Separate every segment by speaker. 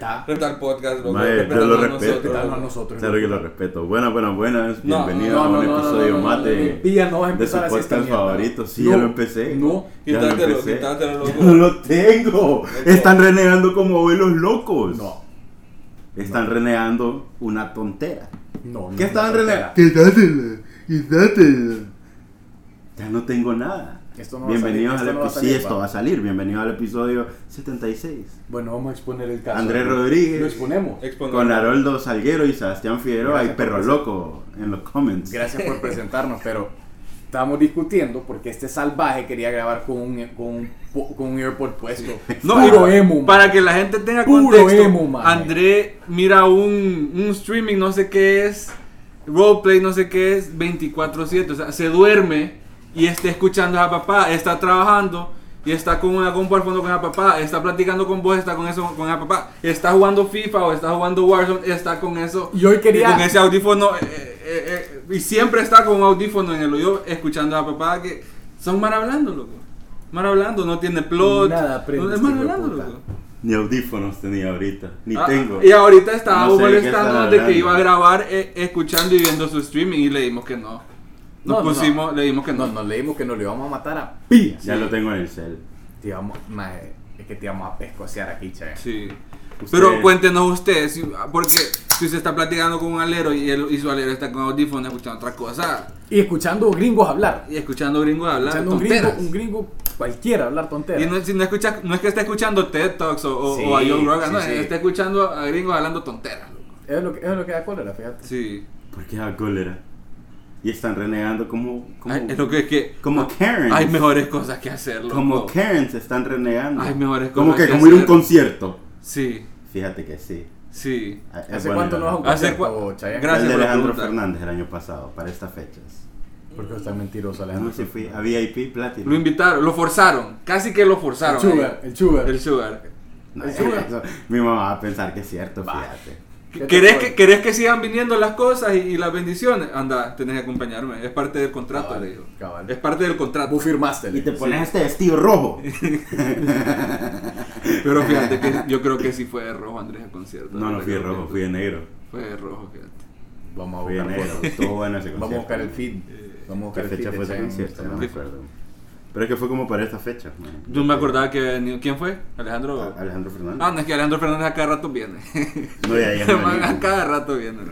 Speaker 1: Está.
Speaker 2: Respeto al podcast, loco.
Speaker 3: Mae, yo
Speaker 2: respetando
Speaker 3: lo
Speaker 2: a
Speaker 3: respeto.
Speaker 2: nosotros.
Speaker 1: Respetando a
Speaker 2: loco.
Speaker 1: nosotros.
Speaker 3: Claro que lo respeto. Buenas, buenas, buenas.
Speaker 2: No,
Speaker 3: Bienvenidos
Speaker 2: no,
Speaker 3: a un
Speaker 1: no, no,
Speaker 3: episodio
Speaker 1: no, no,
Speaker 3: más
Speaker 1: no,
Speaker 3: de,
Speaker 1: no, Pilla, no vas a
Speaker 3: de su
Speaker 1: empezar a hacer esta
Speaker 3: podcast
Speaker 1: mierda.
Speaker 3: favorito. Sí,
Speaker 1: No,
Speaker 3: ya lo empecé.
Speaker 1: No.
Speaker 3: ya lo
Speaker 2: Quítatelo,
Speaker 3: empecé.
Speaker 2: quítatelo, loco.
Speaker 3: Ya lo tengo. Están renegando como abuelos locos.
Speaker 1: No.
Speaker 3: Están renegando una tontera.
Speaker 1: No.
Speaker 3: ¿Qué estaban renegando?
Speaker 4: Quédatela, quédatela.
Speaker 3: Ya no tengo nada.
Speaker 1: Esto no va a
Speaker 3: Bienvenidos
Speaker 1: salir,
Speaker 3: al
Speaker 1: esto no va a
Speaker 3: episodio.
Speaker 1: salir,
Speaker 3: sí, esto
Speaker 1: va.
Speaker 3: va a salir. Bienvenidos al episodio 76.
Speaker 1: Bueno, vamos a exponer el caso.
Speaker 3: Andrés Rodríguez.
Speaker 1: Lo exponemos.
Speaker 2: Expongo.
Speaker 3: Con Haroldo Salguero y Sebastián Figueroa
Speaker 1: Gracias
Speaker 3: y Perro
Speaker 1: por
Speaker 3: Loco en los comments.
Speaker 1: Gracias por presentarnos, pero estábamos discutiendo porque este salvaje quería grabar con un, con un, po- con un AirPod puesto.
Speaker 5: No, y
Speaker 1: Puro emo.
Speaker 5: Para que la gente tenga
Speaker 1: Puro
Speaker 5: contexto,
Speaker 1: emo, man.
Speaker 5: André mira un, un streaming, no sé qué es, roleplay, no sé qué es, 24-7. O sea, se duerme y está escuchando a papá, está trabajando y está con una compu al fondo con a papá, está platicando con vos, está con eso con a papá, está jugando FIFA o está jugando Warzone, está con eso.
Speaker 1: Y hoy quería-
Speaker 5: y Con ese audífono. eh, eh, eh, y siempre está con un audífono en el oído escuchando a papá que son mal hablando, loco. Mal hablando, no tiene plot.
Speaker 1: Nada aprende
Speaker 5: no, es
Speaker 1: este
Speaker 5: mal
Speaker 1: hijo de
Speaker 5: hablando,
Speaker 1: puta.
Speaker 5: loco.
Speaker 3: Ni audífonos tenía ahorita. Ni
Speaker 5: Ah,
Speaker 3: tengo.
Speaker 5: Y ahorita estaba
Speaker 3: No sé de qué estaba
Speaker 5: molestando de que
Speaker 3: hablando.
Speaker 5: iba a grabar eh, escuchando y viendo su streaming y le dimos que no.
Speaker 1: No,
Speaker 5: Nos
Speaker 1: no,
Speaker 5: pusimos,
Speaker 1: no.
Speaker 5: le dimos que
Speaker 1: No,
Speaker 5: no.
Speaker 1: nos leímos que nos lo íbamos a matar a pillas.
Speaker 3: Ya lo tengo en el cel.
Speaker 1: Te íbamos, mae, es que te íbamos a pescocear aquí, che.
Speaker 5: Sí.
Speaker 3: Usted-
Speaker 5: Pero cuéntenos ustedes, si- ah, porque si usted está platicando con un alero y, él, y su alero está con audífonos escuchando otra cosa
Speaker 1: Y escuchando gringos hablar.
Speaker 5: y escuchando gringos hablar,
Speaker 1: escuchando un gringo,
Speaker 5: tonteras.
Speaker 1: un gringo cualquiera hablar tonteras.
Speaker 5: Y no, si no, escucha, no es que esté escuchando TED Talks o, o-
Speaker 1: Sí,
Speaker 5: o a Joe Rogan,
Speaker 1: sí,
Speaker 5: no,
Speaker 1: sí.
Speaker 5: está escuchando a gringos hablando tonteras. loco.
Speaker 1: Es, lo que, es lo que da cólera, fíjate.
Speaker 5: Sí.
Speaker 3: Porque da cólera. Y están renegando como. como
Speaker 5: Ay, es lo que es que
Speaker 3: Como Karen.
Speaker 5: hay mejores cosas que hacer, loco.
Speaker 3: Como Karen se están renegando.
Speaker 5: Hay mejores
Speaker 3: Como
Speaker 5: cosas
Speaker 3: que,
Speaker 5: que
Speaker 3: como ir a un
Speaker 5: hacer.
Speaker 3: concierto.
Speaker 5: Sí,
Speaker 3: Fíjate que sí. Ah,
Speaker 5: sí.
Speaker 3: Es
Speaker 1: ¿Hace
Speaker 3: buena
Speaker 1: cuánto no
Speaker 3: idea.
Speaker 1: vas a un
Speaker 5: Hace
Speaker 1: concierto,
Speaker 5: cua-
Speaker 1: Oh, Chayanne?
Speaker 5: Gracias
Speaker 3: El de
Speaker 5: por la
Speaker 3: Alejandro
Speaker 5: pregunta.
Speaker 3: Fernández el año pasado, para estas fechas.
Speaker 1: Porque está mentiroso, Alejandro.
Speaker 3: No, se fui a VIP Platinum.
Speaker 5: Lo invitaron, lo forzaron, casi que lo forzaron.
Speaker 1: el sugar,
Speaker 5: ahí.
Speaker 1: el sugar.
Speaker 5: El sugar.
Speaker 3: No,
Speaker 1: el sugar.
Speaker 3: eso- mi mamá va a pensar que es cierto,
Speaker 1: Va.
Speaker 3: fíjate.
Speaker 1: ¿Qué te
Speaker 5: ¿Querés
Speaker 1: fue?
Speaker 5: que, ¿Querés que sigan viniendo las cosas y, y las bendiciones? Anda, tenés que acompañarme. Es parte del contrato,
Speaker 1: Cabal,
Speaker 5: le digo.
Speaker 1: cabal.
Speaker 5: Es parte del contrato.
Speaker 1: Vos firmaste.
Speaker 3: Y te pones este vestido rojo.
Speaker 5: Pero fíjate que yo creo que sí fue de rojo, Andrés, el concierto.
Speaker 3: No, no fui de
Speaker 5: Creo que
Speaker 3: rojo, fui de negro.
Speaker 5: Fue de rojo, fíjate.
Speaker 1: Vamos a
Speaker 3: Fui de
Speaker 1: buscar
Speaker 3: negro.
Speaker 1: fotos.
Speaker 3: Estuvo bueno ese concierto.
Speaker 1: Vamos a buscar el feed. Vamos a
Speaker 3: ¿Qué
Speaker 1: buscar el
Speaker 3: fecha
Speaker 1: feed
Speaker 3: fue
Speaker 1: de
Speaker 3: ese
Speaker 1: Chayanne.
Speaker 3: concierto? No me
Speaker 5: Instagram.
Speaker 3: acuerdo. Pero es que fue como para estas fechas. man.
Speaker 5: Yo me acordaba que venía- ¿Quién fue? ¿Alejandro?
Speaker 3: A- Alejandro Fernández.
Speaker 5: Ah, no, es que Alejandro Fernández a cada rato viene.
Speaker 3: No, y ahí no
Speaker 5: Man,
Speaker 3: venía.
Speaker 5: a cada rato viene. loco.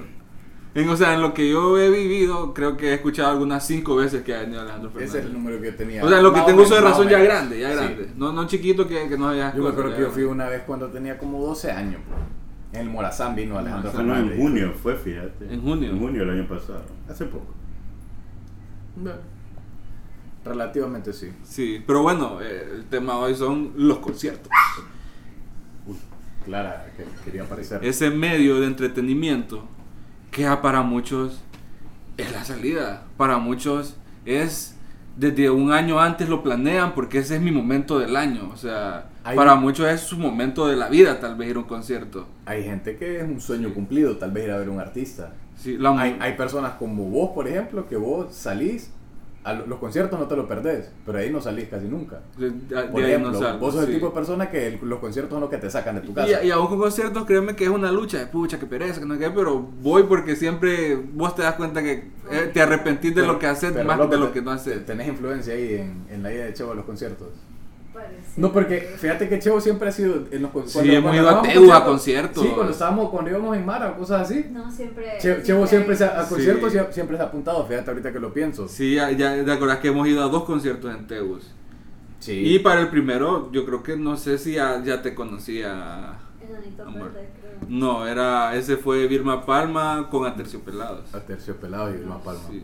Speaker 5: En- o sea, en lo que yo he vivido, creo que he escuchado algunas cinco veces que ha venido Alejandro Fernández.
Speaker 1: Ese es el número que yo tenía.
Speaker 5: O sea, lo que
Speaker 1: Más
Speaker 5: tengo
Speaker 1: o
Speaker 5: uso de
Speaker 1: menos,
Speaker 5: razón
Speaker 1: más o
Speaker 5: ya
Speaker 1: menos.
Speaker 5: grande, ya
Speaker 1: Sí.
Speaker 5: grande. No, no chiquito que, que no haya.
Speaker 1: Yo me acuerdo
Speaker 5: cosas,
Speaker 1: que yo
Speaker 5: ya.
Speaker 1: fui una vez cuando tenía como 12 años. bro. En el Morazán vino Alejandro
Speaker 3: Ah, no, en
Speaker 1: Fernández.
Speaker 3: junio fue, fíjate.
Speaker 5: En junio.
Speaker 3: En junio el año pasado. Hace poco.
Speaker 1: Bueno, Relativamente sí.
Speaker 5: Sí, pero bueno, eh, el tema hoy son los conciertos.
Speaker 1: Uy, Clara, que quería aparecer.
Speaker 5: Ese medio de entretenimiento que ah, para muchos es la salida. Para muchos es desde un año antes lo planean porque ese es mi momento del año. O sea,
Speaker 1: Hay
Speaker 5: para
Speaker 1: un-
Speaker 5: muchos es su momento de la vida tal vez ir a un concierto.
Speaker 1: Hay gente que es un sueño cumplido, tal vez ir a ver un artista.
Speaker 5: Sí, la mu-
Speaker 1: Hay, hay personas como vos, por ejemplo, que vos salís, a lo- los conciertos no te lo perdés, pero ahí no salís casi nunca.
Speaker 5: de- de- de
Speaker 1: Por
Speaker 5: ahí no
Speaker 1: ejemplo,
Speaker 5: salgo,
Speaker 1: vos sos
Speaker 5: sí.
Speaker 1: el tipo de persona que el- los conciertos son los que te sacan de tu casa.
Speaker 5: Y, y aún con conciertos, créeme que es una lucha de pucha, que pereza, que no sé qué, pero voy porque siempre vos te das cuenta que eh, te arrepentís de lo que haces
Speaker 1: Pero,
Speaker 5: más
Speaker 1: loco,
Speaker 5: de lo
Speaker 1: te-
Speaker 5: que no haces.
Speaker 1: Tenés influencia ahí en, en la idea de Chevo de los conciertos.
Speaker 6: Parece.
Speaker 1: No, porque fíjate que Chevo siempre ha sido en los con-
Speaker 5: Sí,
Speaker 1: cuando-
Speaker 5: hemos
Speaker 1: cuando
Speaker 5: ido a
Speaker 1: estábamos
Speaker 5: Teu, uh, a conciertos.
Speaker 1: Sí, cuando estábamos, cuando íbamos en Mara o cosas así.
Speaker 6: No, siempre.
Speaker 1: Che- Chevo siempre se ha- a
Speaker 5: Sí.
Speaker 1: conciertos sie- siempre se ha apuntado, fíjate ahorita que lo pienso.
Speaker 5: Sí, ya, ya te acordás que hemos ido a dos conciertos en Teus. Y
Speaker 1: Y
Speaker 5: para el primero, yo creo que no sé si ya, ya te conocía.
Speaker 6: Es Anito
Speaker 5: Amor.
Speaker 6: Verde, creo.
Speaker 5: No, era ese fue Vilma Palma con Aterciopelados.
Speaker 1: a Terciopelado y Vilma Palma.
Speaker 5: Sí.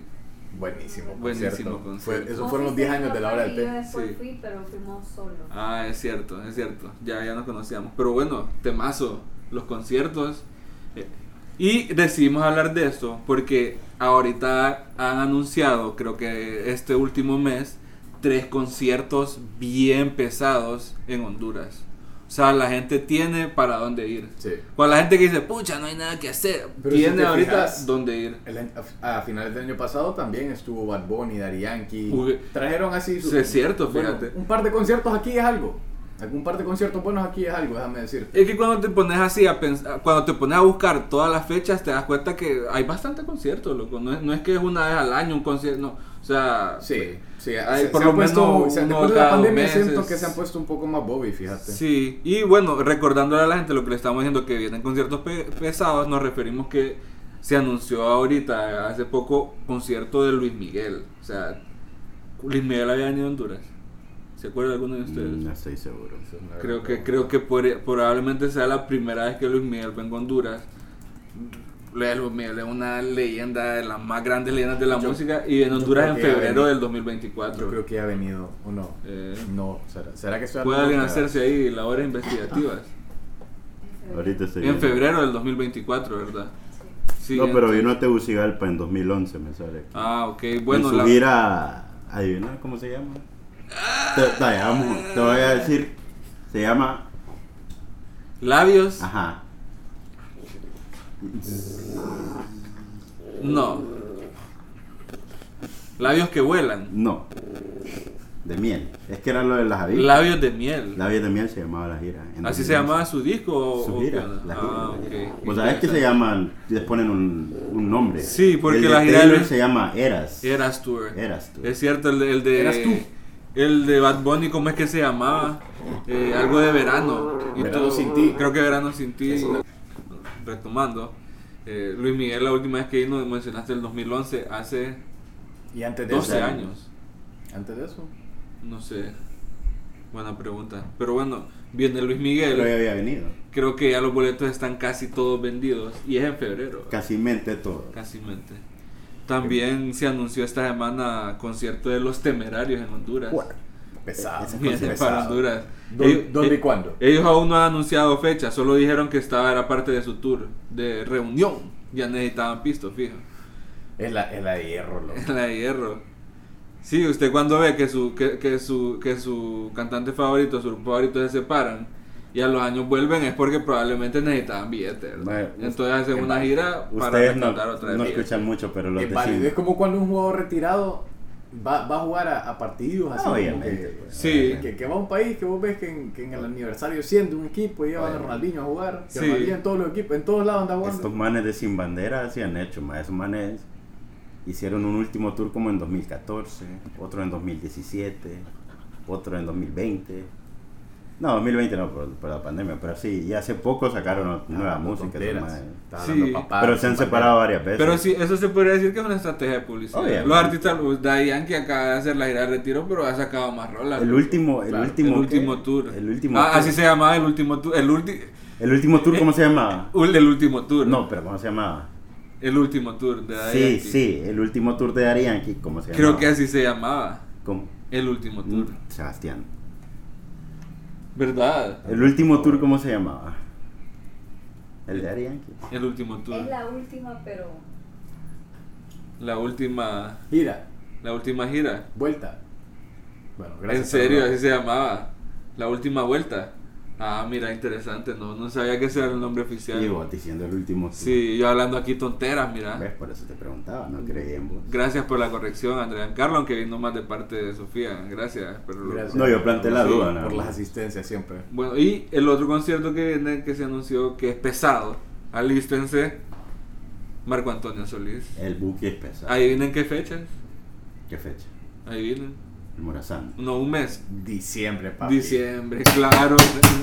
Speaker 1: Buenísimo,
Speaker 5: Buenísimo
Speaker 1: concierto.
Speaker 5: concierto.
Speaker 1: Fue-
Speaker 6: Vos
Speaker 1: esos fueron los
Speaker 6: fuiste
Speaker 1: 10 años de la hora del
Speaker 6: solo y Yo
Speaker 1: té.
Speaker 6: después
Speaker 5: Sí.
Speaker 6: fui, pero fuimos solo.
Speaker 5: Ah, es cierto, es cierto. Ya, ya nos conocíamos. Pero bueno, temazo, los conciertos. Eh, Y decidimos hablar de esto porque ahorita han anunciado, creo que este último mes, tres conciertos bien pesados en Honduras. O sea, la gente tiene para dónde ir.
Speaker 1: Sí.
Speaker 5: Con la gente que dice, pucha, no hay nada que hacer,
Speaker 1: Pero si
Speaker 5: tiene
Speaker 1: te
Speaker 5: ahorita
Speaker 1: fijas-
Speaker 5: dónde ir.
Speaker 1: El año- a, a finales del año pasado también estuvo Bad Bunny, Dari Yankee.
Speaker 5: Uy,
Speaker 1: Trajeron así.
Speaker 5: sí, es cierto, fíjate.
Speaker 1: un par de conciertos aquí es algo. Algún par de conciertos buenos aquí es algo, déjame decirte.
Speaker 5: Es que cuando te pones así a pensar, cuando te pones a buscar todas las fechas, te das cuenta que hay bastante conciertos, loco. No es, no es que es una vez al año un concierto, no. O sea,
Speaker 1: Sí, sí.
Speaker 5: Ay,
Speaker 1: se-
Speaker 5: por
Speaker 1: se
Speaker 5: lo
Speaker 1: han puesto-
Speaker 5: menos
Speaker 1: se-
Speaker 5: uno
Speaker 1: después de la
Speaker 5: cada dos
Speaker 1: pandemia
Speaker 5: meses.
Speaker 1: siento que se han puesto un poco más bobby, fíjate.
Speaker 5: Sí, y bueno, recordándole a la gente lo que le estamos diciendo, que vienen conciertos pe- pesados, nos referimos que se anunció ahorita, hace poco, concierto de Luis Miguel. O sea, Luis Miguel había venido a Honduras. ¿Se acuerda alguno de ustedes?
Speaker 3: Mm, No estoy seguro.
Speaker 5: Creo que, creo que por- probablemente sea la primera vez que Luis Miguel venga a Honduras. Luis Miguel es una leyenda de las más grandes leyendas de la
Speaker 1: Yo-
Speaker 5: música y en
Speaker 1: yo
Speaker 5: Honduras
Speaker 1: creo
Speaker 5: en
Speaker 1: que ha
Speaker 5: febrero
Speaker 1: venido.
Speaker 5: del
Speaker 1: Yo
Speaker 5: 2024.
Speaker 1: creo que ya ha venido, ¿o no?
Speaker 5: Eh,
Speaker 1: No, ¿será, será que estoy
Speaker 5: puede alguien
Speaker 1: hablando de-
Speaker 5: hacerse ahí labores investigativas.
Speaker 3: Ah, Ahorita estoy
Speaker 5: En febrero del 2024, ¿verdad? Sí,
Speaker 3: No, pero
Speaker 5: entonces-
Speaker 3: vino a Tegucigalpa en 2011, me sale. aquí.
Speaker 5: Ah, ok. Bueno,
Speaker 3: en
Speaker 5: la-
Speaker 3: su gira, adivina cómo se llama. Te, te llamo, te voy a decir, se llama,
Speaker 5: labios.
Speaker 3: ajá,
Speaker 5: No. Labios que vuelan.
Speaker 3: no, de miel. Es que era lo de las avispas.
Speaker 5: Labios de miel.
Speaker 3: Labios de miel se llamaba la gira. en
Speaker 5: Así
Speaker 3: 2011.
Speaker 5: se llamaba su disco. o-
Speaker 3: Su
Speaker 5: o
Speaker 3: gira,
Speaker 5: qué onda?
Speaker 3: la gira,
Speaker 5: ah,
Speaker 3: la
Speaker 5: ok.
Speaker 3: gira. Vos sabés que se llaman, les ponen un, un nombre.
Speaker 5: Sí, porque
Speaker 3: El de
Speaker 5: la gira de
Speaker 3: Taylor
Speaker 5: Luis-
Speaker 3: se llama Eras.
Speaker 5: Eras Tour.
Speaker 3: Eras Tour.
Speaker 5: Es cierto, el de. El de
Speaker 1: Eras tú.
Speaker 5: El de Bad Bunny, ¿cómo es que se llamaba? Eh, algo de verano. Y
Speaker 1: Verano
Speaker 5: todo-
Speaker 1: sin ti.
Speaker 5: Creo que verano sin ti. Retomando. eh, Luis Miguel, la última vez que vino, mencionaste el 2011, hace
Speaker 1: Y antes de
Speaker 5: 12
Speaker 1: eso.
Speaker 5: años.
Speaker 1: Antes de eso.
Speaker 5: No sé. Buena pregunta. Pero bueno, viene Luis Miguel.
Speaker 3: Pero ya había venido.
Speaker 5: Creo que ya los boletos están casi todos vendidos. Y es en febrero.
Speaker 3: Casi mente todo.
Speaker 5: Casi mente. También se anunció esta semana concierto de los temerarios en Honduras.
Speaker 1: Bueno, pesado.
Speaker 3: Ese
Speaker 5: Vienen
Speaker 1: pesado.
Speaker 5: para Honduras.
Speaker 1: ¿Dó- dónde y
Speaker 5: eh,
Speaker 1: cuándo?
Speaker 5: Ellos aún no han anunciado fecha, solo dijeron que estaba era parte de su tour de reunión. Ya necesitaban pistos, fijo.
Speaker 1: Es la, es la de hierro, loco.
Speaker 5: La de hierro. Sí, usted cuando ve que su, que, que su, que su cantante favorito, su grupo favorito se separan y a los años vuelven es porque probablemente necesitaban billetes. ¿verdad?
Speaker 3: Bueno,
Speaker 5: Entonces hacen
Speaker 1: es
Speaker 5: una
Speaker 1: válido.
Speaker 5: gira para
Speaker 3: Ustedes no,
Speaker 5: rescatar otra vez.
Speaker 3: no
Speaker 5: billetes.
Speaker 3: escuchan mucho, pero los
Speaker 1: Es válido.
Speaker 3: vecinos.
Speaker 1: Es como cuando un jugador retirado va, va a jugar a, a partidos así. como
Speaker 3: obviamente,
Speaker 1: que-
Speaker 3: pues.
Speaker 5: Sí.
Speaker 1: Que, que va a un país que vos ves que en, que en el aniversario 100 de un equipo llevan a
Speaker 3: Bueno.
Speaker 1: Ronaldinho a jugar. que
Speaker 5: Sí.
Speaker 1: Ronaldinho en todos los equipos, en todos lados anda jugando.
Speaker 3: Estos manes de Sin Bandera se han hecho, más esos manes hicieron un último tour como en 2014, otro en 2017, otro en 2020. No, 2020 no, por, por la pandemia, pero sí, y hace poco sacaron
Speaker 5: Ah,
Speaker 3: o- nueva
Speaker 5: pues
Speaker 3: música. esos
Speaker 1: Ah, Tonteras.
Speaker 3: manes.
Speaker 1: Estaba
Speaker 5: Sí.
Speaker 1: hablando papá,
Speaker 3: Pero se han
Speaker 1: papá.
Speaker 3: separado varias veces.
Speaker 5: Ah, pues Pero sí, eso se podría decir que es una estrategia de publicidad.
Speaker 3: Obviamente.
Speaker 5: Los artistas, los Dayan que acaba de hacer la gira de retiro, pero ha sacado más rolas.
Speaker 3: El
Speaker 5: ¿no?
Speaker 3: último, el
Speaker 1: Claro,
Speaker 3: último,
Speaker 5: El último
Speaker 3: ¿qué?
Speaker 5: tour.
Speaker 3: El último
Speaker 5: Ah,
Speaker 3: tour.
Speaker 5: así se llamaba el último tour. El, ulti-
Speaker 3: El último tour, ¿cómo se llamaba?
Speaker 5: ul- el último tour.
Speaker 3: No, pero ¿cómo se llamaba?
Speaker 5: El último tour de Daddy
Speaker 3: Sí,
Speaker 5: Yankee.
Speaker 3: sí, el último tour de Daddy Yankee, ¿cómo se
Speaker 5: Creo
Speaker 3: llamaba?
Speaker 5: que así se llamaba.
Speaker 3: ¿Cómo? Mm,
Speaker 5: El último tour.
Speaker 3: Sebastián.
Speaker 5: ¿Verdad?
Speaker 3: El último tour, ¿cómo se llamaba? El de Ari Yankee.
Speaker 5: El último tour.
Speaker 6: Es la última, pero
Speaker 5: La última.
Speaker 1: Gira,
Speaker 5: La última gira.
Speaker 1: vuelta. Bueno,
Speaker 5: En serio, así se llamaba. La última vuelta. Ah, mira, interesante. No, no sabía que ese era el nombre oficial.
Speaker 3: Y vos diciendo el último tour.
Speaker 5: Sí, yo hablando aquí tonteras, mira.
Speaker 3: ¿Ves? Por eso te preguntaba, no creía en vos.
Speaker 5: Gracias por la corrección, Andrea Carlos, aunque vino más de parte de Sofía. Gracias. pero-
Speaker 1: Gracias.
Speaker 3: No, yo planteé la
Speaker 1: Sí,
Speaker 3: duda, nada
Speaker 1: Por
Speaker 3: más.
Speaker 1: las asistencias siempre.
Speaker 5: Bueno, y el otro concierto que viene, que se anunció, que es pesado. Alístense, Marco Antonio Solís.
Speaker 3: El buque es pesado.
Speaker 5: Adivinen qué fechas.
Speaker 3: ¿Qué fecha?
Speaker 5: Adivinen.
Speaker 3: El Morazán.
Speaker 5: No, un mes.
Speaker 1: Diciembre,
Speaker 3: Ah,
Speaker 1: papi.
Speaker 5: Diciembre, claro.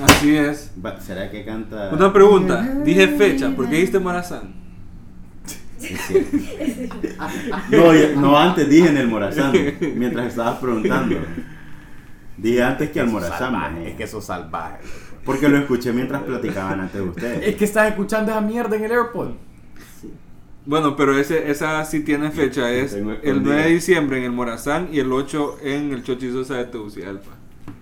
Speaker 5: Así es.
Speaker 3: Va- ¿Será que canta?
Speaker 5: Una pregunta. Dije fecha. ¿Por qué dijiste Morazán?
Speaker 3: Es cierto. No, yo- no, antes dije en el Morazán, mientras estabas preguntando. Dije antes que al
Speaker 1: Eso
Speaker 3: Morazán.
Speaker 1: salvaje,
Speaker 3: maje.
Speaker 1: Es que eso es salvaje. loco.
Speaker 3: Porque lo escuché mientras platicaban antes de
Speaker 1: Es
Speaker 3: ustedes.
Speaker 1: que estás escuchando esa mierda en el AirPod.
Speaker 5: Bueno, pero ese, esa sí tiene fecha. Es
Speaker 3: Tengo
Speaker 5: el
Speaker 3: escondida.
Speaker 5: 9 de diciembre en el Morazán y el 8 en el Chochizosa de Tegucigalpa.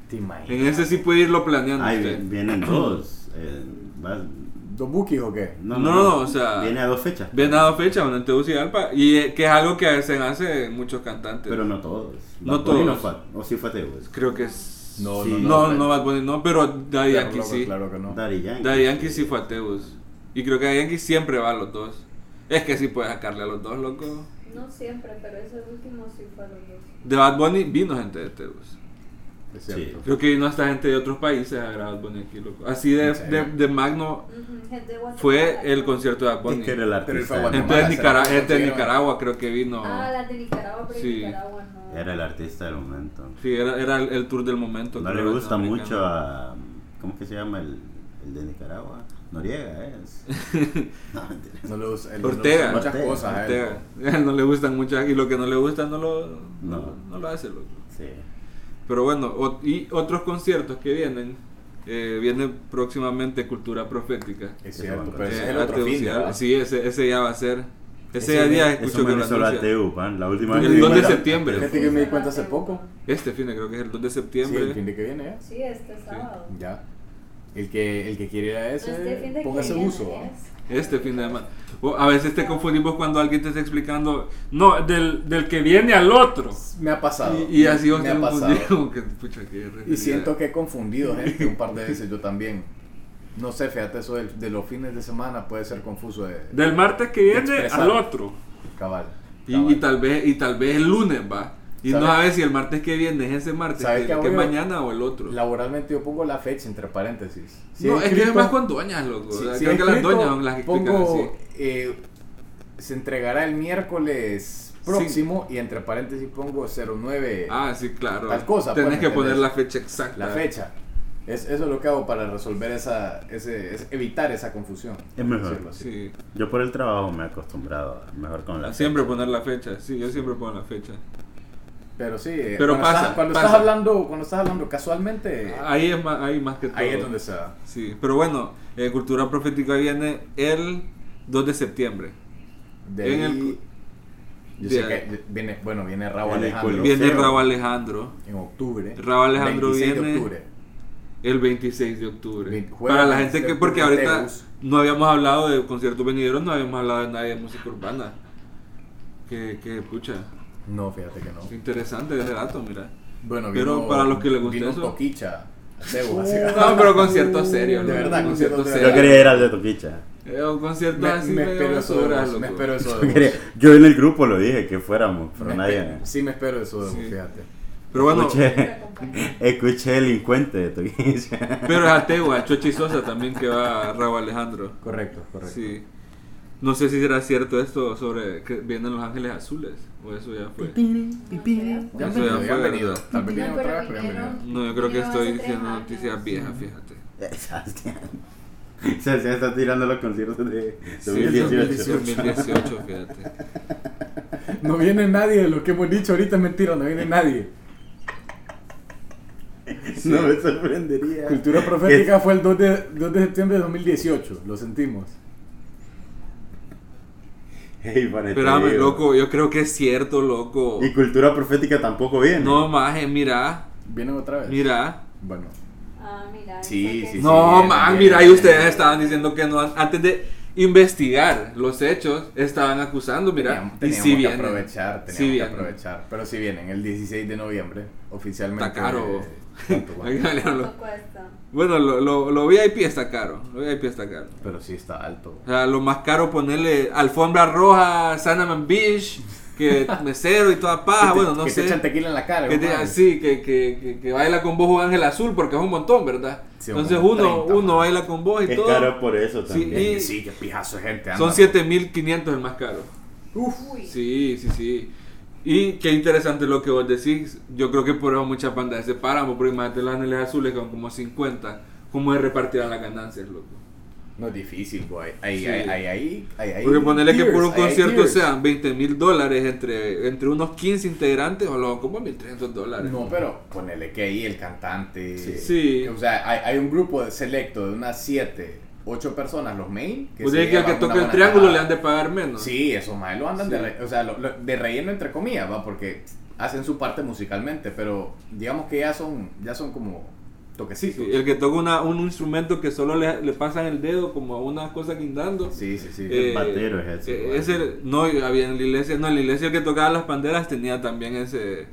Speaker 1: Te imaginas.
Speaker 5: En ese sí puede irlo planeando
Speaker 3: Ahí
Speaker 5: usted.
Speaker 3: vi- vienen dos. eh, va-
Speaker 1: ¿Dos bookies o qué?
Speaker 5: No, no, no, o sea-
Speaker 3: Viene a dos fechas.
Speaker 5: Ven a dos fechas, una en Tegucigalpa, y eh, que es algo que se hace en muchos cantantes.
Speaker 3: Pero no todos.
Speaker 5: No
Speaker 3: Bad Bunny
Speaker 5: todos.
Speaker 3: fue a- o sí fue a Teus.
Speaker 5: Creo que es...
Speaker 1: No,
Speaker 3: Sí.
Speaker 1: no,
Speaker 5: No,
Speaker 1: no.
Speaker 5: no, Bad Bunny no, pero Daddy
Speaker 1: Claro,
Speaker 5: Yankee
Speaker 1: loco,
Speaker 5: sí.
Speaker 1: Claro que no.
Speaker 3: Daddy Yankee.
Speaker 5: Daddy Yankee sí fue a Teus. Y creo que Daddy Yankee siempre va a los dos. Es que sí puedes sacarle a los dos, loco.
Speaker 6: no siempre, pero ese último sí fue a los dos.
Speaker 5: De Bad Bunny vino gente de Teus.
Speaker 3: Es cierto.
Speaker 5: Creo que vino hasta gente de otros países a grabar Bad Bunny aquí, loco. Así de,
Speaker 3: ¿En serio?
Speaker 5: de, de magno
Speaker 6: Ujú, gente de Guatemala.
Speaker 5: fue el concierto de Bad
Speaker 3: Es
Speaker 5: Bunny.
Speaker 3: que era el
Speaker 1: Pero él fue a
Speaker 3: artista.
Speaker 5: Gente de,
Speaker 1: Guatemala.
Speaker 5: Nicara-
Speaker 1: se la
Speaker 5: gente de
Speaker 1: consiguieron.
Speaker 5: Nicaragua creo que vino.
Speaker 6: Ah, las de Nicaragua, pero
Speaker 5: Sí.
Speaker 6: en Nicaragua no.
Speaker 3: Era el artista del momento.
Speaker 5: Sí, era, era el, el tour del momento.
Speaker 3: No
Speaker 5: creo,
Speaker 3: le gusta
Speaker 5: latinoamericano.
Speaker 3: mucho a. ¿Cómo que se llama el, el de Nicaragua? Noriega ¿eh? es. No, mentira.
Speaker 1: No le gusta- él
Speaker 5: Ortega.
Speaker 1: No le gusta muchas
Speaker 3: Ortega.
Speaker 1: cosas. a él.
Speaker 5: Ortega. Este, No le gustan mucho y lo que no le gusta no lo,
Speaker 3: No.
Speaker 5: no. lo hace, loco.
Speaker 3: Sí.
Speaker 5: Pero bueno, o- y otros conciertos que vienen, eh, viene próximamente Cultura Profética.
Speaker 1: Es cierto,
Speaker 3: Eso
Speaker 1: pero ese Pues
Speaker 5: Eh,
Speaker 1: es el
Speaker 5: a
Speaker 1: otro fin.
Speaker 5: Tegucigalpa.
Speaker 1: ¿verdad?
Speaker 5: Sí, ese, ese ya va a ser.
Speaker 1: Ese
Speaker 5: Ese, día
Speaker 1: día-
Speaker 5: escucho
Speaker 3: Eso
Speaker 5: que
Speaker 3: me
Speaker 5: lo
Speaker 3: hizo la
Speaker 5: anuncian.
Speaker 3: TU, pan. La última
Speaker 5: El
Speaker 3: vez que
Speaker 5: 2 de
Speaker 3: iba a la-
Speaker 5: septiembre.
Speaker 1: Fíjate que me di cuenta hace poco.
Speaker 5: Este fin, de creo que es el 2 de
Speaker 1: Sí, el
Speaker 5: septiembre.
Speaker 1: fin de que viene ya.
Speaker 6: Sí, este sábado.
Speaker 1: Ya. El que, el que quiere ir a ese, ¿ah?
Speaker 6: Este fin de
Speaker 1: póngase
Speaker 6: que viene
Speaker 1: uso. ¿va?
Speaker 6: es.
Speaker 5: Este fin de semana. O a veces te confundimos cuando alguien te está explicando, no, del, del que viene al otro.
Speaker 1: Me ha pasado.
Speaker 5: Y, y así vos
Speaker 1: me
Speaker 5: te
Speaker 1: ha
Speaker 5: confundís,
Speaker 1: pasado.
Speaker 5: como que, pucha, qué
Speaker 1: Y
Speaker 5: referida.
Speaker 1: siento que he confundido gente un par de veces, yo también. No sé, fíjate, eso del- de, los fines de semana puede ser confuso de
Speaker 5: Del martes que viene
Speaker 1: Expresar.
Speaker 5: al otro.
Speaker 1: cabal.
Speaker 5: Y,
Speaker 1: cabal.
Speaker 5: y tal vez y tal vez el lunes va. Y no
Speaker 1: ¿Sabes?
Speaker 5: sabes si el martes que viene es ese martes,
Speaker 1: ¿Sabes
Speaker 5: que,
Speaker 1: qué hago
Speaker 5: que
Speaker 1: yo?
Speaker 5: mañana o el otro.
Speaker 1: Laboralmente yo pongo la fecha entre paréntesis. Si
Speaker 5: no,
Speaker 1: he
Speaker 5: es que es
Speaker 1: escrito-
Speaker 5: más con doñas, loco.
Speaker 1: si-
Speaker 5: O sea,
Speaker 1: si he
Speaker 5: creo que las
Speaker 1: escrito,
Speaker 5: doñas son las que explican
Speaker 1: pongo,
Speaker 5: así.
Speaker 1: eh, se entregará el miércoles próximo y entre paréntesis pongo 09
Speaker 5: Ah, sí, claro.
Speaker 1: tal cosa,
Speaker 5: Tenés
Speaker 1: pues,
Speaker 5: que
Speaker 1: ¿me
Speaker 5: poner
Speaker 1: entendés?
Speaker 5: la fecha exacta.
Speaker 1: la fecha. Es, eso es lo que hago para resolver esa, ese, es evitar esa confusión.
Speaker 3: Es mejor.
Speaker 1: decirlo así.
Speaker 5: Sí.
Speaker 3: Yo por el trabajo me he acostumbrado a mejor con la.
Speaker 5: Siempre poner la fecha. Sí, yo siempre pongo la fecha.
Speaker 1: Pero sí, eh,
Speaker 5: Pero
Speaker 1: cuando,
Speaker 5: pasa,
Speaker 1: estás, cuando
Speaker 5: pasa.
Speaker 1: estás hablando, cuando estás hablando casualmente,
Speaker 5: Ahí es más, ahí más que todo.
Speaker 1: Eh, ahí es donde se da.
Speaker 5: Sí, pero bueno, eh, Cultura Profética viene el 2 de septiembre.
Speaker 1: De
Speaker 5: En
Speaker 1: ahí- yo
Speaker 5: de
Speaker 1: sé
Speaker 5: ahí.
Speaker 1: que viene, bueno, viene Rabo
Speaker 3: En el
Speaker 1: Alejandro
Speaker 3: Coliseo.
Speaker 5: Viene
Speaker 3: Cero.
Speaker 5: Rabo Alejandro.
Speaker 1: en octubre.
Speaker 5: Rabo Alejandro
Speaker 1: 26 de
Speaker 5: viene-
Speaker 1: octubre.
Speaker 5: El 26 de octubre.
Speaker 1: Veinte- jueves,
Speaker 5: Para la gente que,
Speaker 1: 26 de
Speaker 5: porque
Speaker 1: octubre,
Speaker 5: ahorita
Speaker 1: Tegus.
Speaker 5: no habíamos hablado de conciertos venideros, no habíamos hablado de nadie de música urbana. Que, que pucha,
Speaker 1: No, fíjate que no.
Speaker 5: qué interesante ese dato, mira.
Speaker 1: Bueno,
Speaker 5: Pero
Speaker 1: vino-
Speaker 5: para los que les gusta
Speaker 1: vino
Speaker 5: eso. Uh,
Speaker 1: Toquicha. Debo, así.
Speaker 5: No, pero conciertos serios,
Speaker 1: De
Speaker 5: loco,
Speaker 1: verdad,
Speaker 5: conciertos
Speaker 1: conciertos de
Speaker 5: serios.
Speaker 3: Yo quería ir al de Toquicha.
Speaker 5: Eh, un concierto
Speaker 1: me,
Speaker 5: así
Speaker 1: me
Speaker 5: medio
Speaker 1: espero eso de
Speaker 5: basura,
Speaker 1: vos, me
Speaker 5: loco.
Speaker 1: espero eso de
Speaker 3: Yo,
Speaker 1: vos.
Speaker 3: quería- yo en el grupo lo dije que fuéramos, pero
Speaker 1: Me
Speaker 3: nadie.
Speaker 1: espe- Sí, me espero eso de vos,
Speaker 5: Sí.
Speaker 1: fíjate.
Speaker 5: Pero bueno,
Speaker 3: Escuché.
Speaker 6: Te acompaño.
Speaker 3: Escuché delincuente de Toquicha.
Speaker 5: pero es ateo, a Chochi Sosa también que va a Rabo Alejandro.
Speaker 1: Correcto, correcto.
Speaker 5: Sí. No sé si será cierto esto sobre que vienen los ángeles azules, o eso ya fue.
Speaker 1: Ya han
Speaker 5: Eso
Speaker 1: venido,
Speaker 5: ya
Speaker 1: ya han
Speaker 5: fue,
Speaker 1: venido.
Speaker 5: ¿verdad?
Speaker 1: Tal vez
Speaker 6: No,
Speaker 1: vienen otra vez,
Speaker 6: pero
Speaker 1: pero ya han
Speaker 6: vinieron-
Speaker 1: venido.
Speaker 5: No, yo creo que
Speaker 6: Yo hace
Speaker 5: estoy
Speaker 6: tres
Speaker 5: diciendo
Speaker 6: años.
Speaker 5: noticias viejas, fíjate.
Speaker 3: Sebastián. Sebastián está tirando los conciertos de
Speaker 5: Sí,
Speaker 3: 2018.
Speaker 5: 2018, fíjate.
Speaker 1: No viene nadie de lo que hemos dicho ahorita es mentira, no viene nadie.
Speaker 3: No me sorprendería.
Speaker 1: Cultura Profética fue el 2 de, 2 de septiembre de 2018, lo sentimos.
Speaker 3: Hey, para
Speaker 5: Espérame,
Speaker 3: tío.
Speaker 5: loco, yo creo que es cierto, loco.
Speaker 3: Y cultura profética tampoco viene.
Speaker 5: No, maje, mira,
Speaker 1: ¿Vienen otra vez?
Speaker 5: mira.
Speaker 1: Bueno,
Speaker 6: Ah, mira.
Speaker 3: Sí,
Speaker 6: esa
Speaker 3: sí,
Speaker 6: que-
Speaker 5: No,
Speaker 1: sí,
Speaker 5: man,
Speaker 1: bien,
Speaker 5: mira, y
Speaker 1: bien.
Speaker 5: ustedes estaban diciendo que no, han- antes de investigar los hechos, estaban acusando, mira.
Speaker 1: teníamos,
Speaker 5: Y
Speaker 1: teníamos
Speaker 5: si
Speaker 1: que
Speaker 5: vienen.
Speaker 1: aprovechar, teníamos
Speaker 5: Sí
Speaker 1: que
Speaker 5: vienen.
Speaker 1: aprovechar. Pero si vienen, el 16 de noviembre, oficialmente.
Speaker 5: Está caro.
Speaker 1: eh, ¿cuánto, cuánto?
Speaker 5: Hay que valorarlo.
Speaker 6: ¿Cuánto cuesta?
Speaker 5: Bueno, lo, lo, lo VIP está caro, lo VIP está caro.
Speaker 1: Pero sí está alto.
Speaker 5: O sea, lo más caro ponerle alfombra roja, Sanaman Beach, que mesero y toda
Speaker 1: Que
Speaker 5: paja,
Speaker 1: te-
Speaker 5: Ah, bueno, no
Speaker 1: que
Speaker 5: sé.
Speaker 1: te echan tequila en la cara.
Speaker 5: Que te-
Speaker 1: hermano.
Speaker 5: sí, que, que, que, que baila con vos Ángel Azul, porque es un montón, ¿verdad?
Speaker 1: Sí,
Speaker 5: Entonces
Speaker 1: como
Speaker 5: uno,
Speaker 1: 30,
Speaker 5: uno
Speaker 1: man. pues,
Speaker 5: baila con vos y
Speaker 3: Es
Speaker 5: todo.
Speaker 3: caro por eso
Speaker 5: Sí,
Speaker 3: también.
Speaker 5: y-
Speaker 1: Sí, qué pijazo de gente.
Speaker 5: Son
Speaker 1: anda.
Speaker 5: 7500 el más caro.
Speaker 6: Uy.
Speaker 5: Sí, sí, sí. Y qué interesante lo que vos decís. Yo creo que por eso muchas bandas se paran, porque imagínate los Ángeles Azules con como 50. ¿Cómo se repartirán las ganancias, loco?
Speaker 1: No es difícil, güey. Ahí,
Speaker 5: Sí.
Speaker 1: ahí, ahí, ahí, ahí, ahí.
Speaker 5: Porque ponerle que por un
Speaker 1: Tears, ahí hay
Speaker 5: concierto
Speaker 1: tears.
Speaker 5: sean 20 mil dólares entre, entre unos 15 integrantes, o lo como 1300 dólares.
Speaker 1: No, pero ponele que ahí el cantante.
Speaker 3: Sí.
Speaker 5: Sí.
Speaker 1: O sea, hay, hay un grupo de selecto de unas 7, 8 personas, los main.
Speaker 5: Pues
Speaker 1: se
Speaker 5: es que
Speaker 1: llevan
Speaker 5: al que
Speaker 1: una
Speaker 5: toque el
Speaker 1: buena
Speaker 5: triángulo le
Speaker 1: tajada.
Speaker 5: han de pagar menos.
Speaker 1: Sí, esos más lo andan de,
Speaker 5: Sí.
Speaker 1: re- o sea, lo- lo- de relleno entre comillas, va, porque hacen su parte musicalmente, pero digamos que ya son, ya son como
Speaker 5: Sí,
Speaker 1: toquecitos.
Speaker 5: sí, el que toca una- un instrumento que solo le, le pasan el dedo como a una cosa guindando.
Speaker 1: Sí, sí, sí.
Speaker 5: Eh,
Speaker 3: batero es ese,
Speaker 5: eh,
Speaker 3: igual.
Speaker 5: ese- no, había en la iglesia, no, en la iglesia el que tocaba las panderas tenía también ese...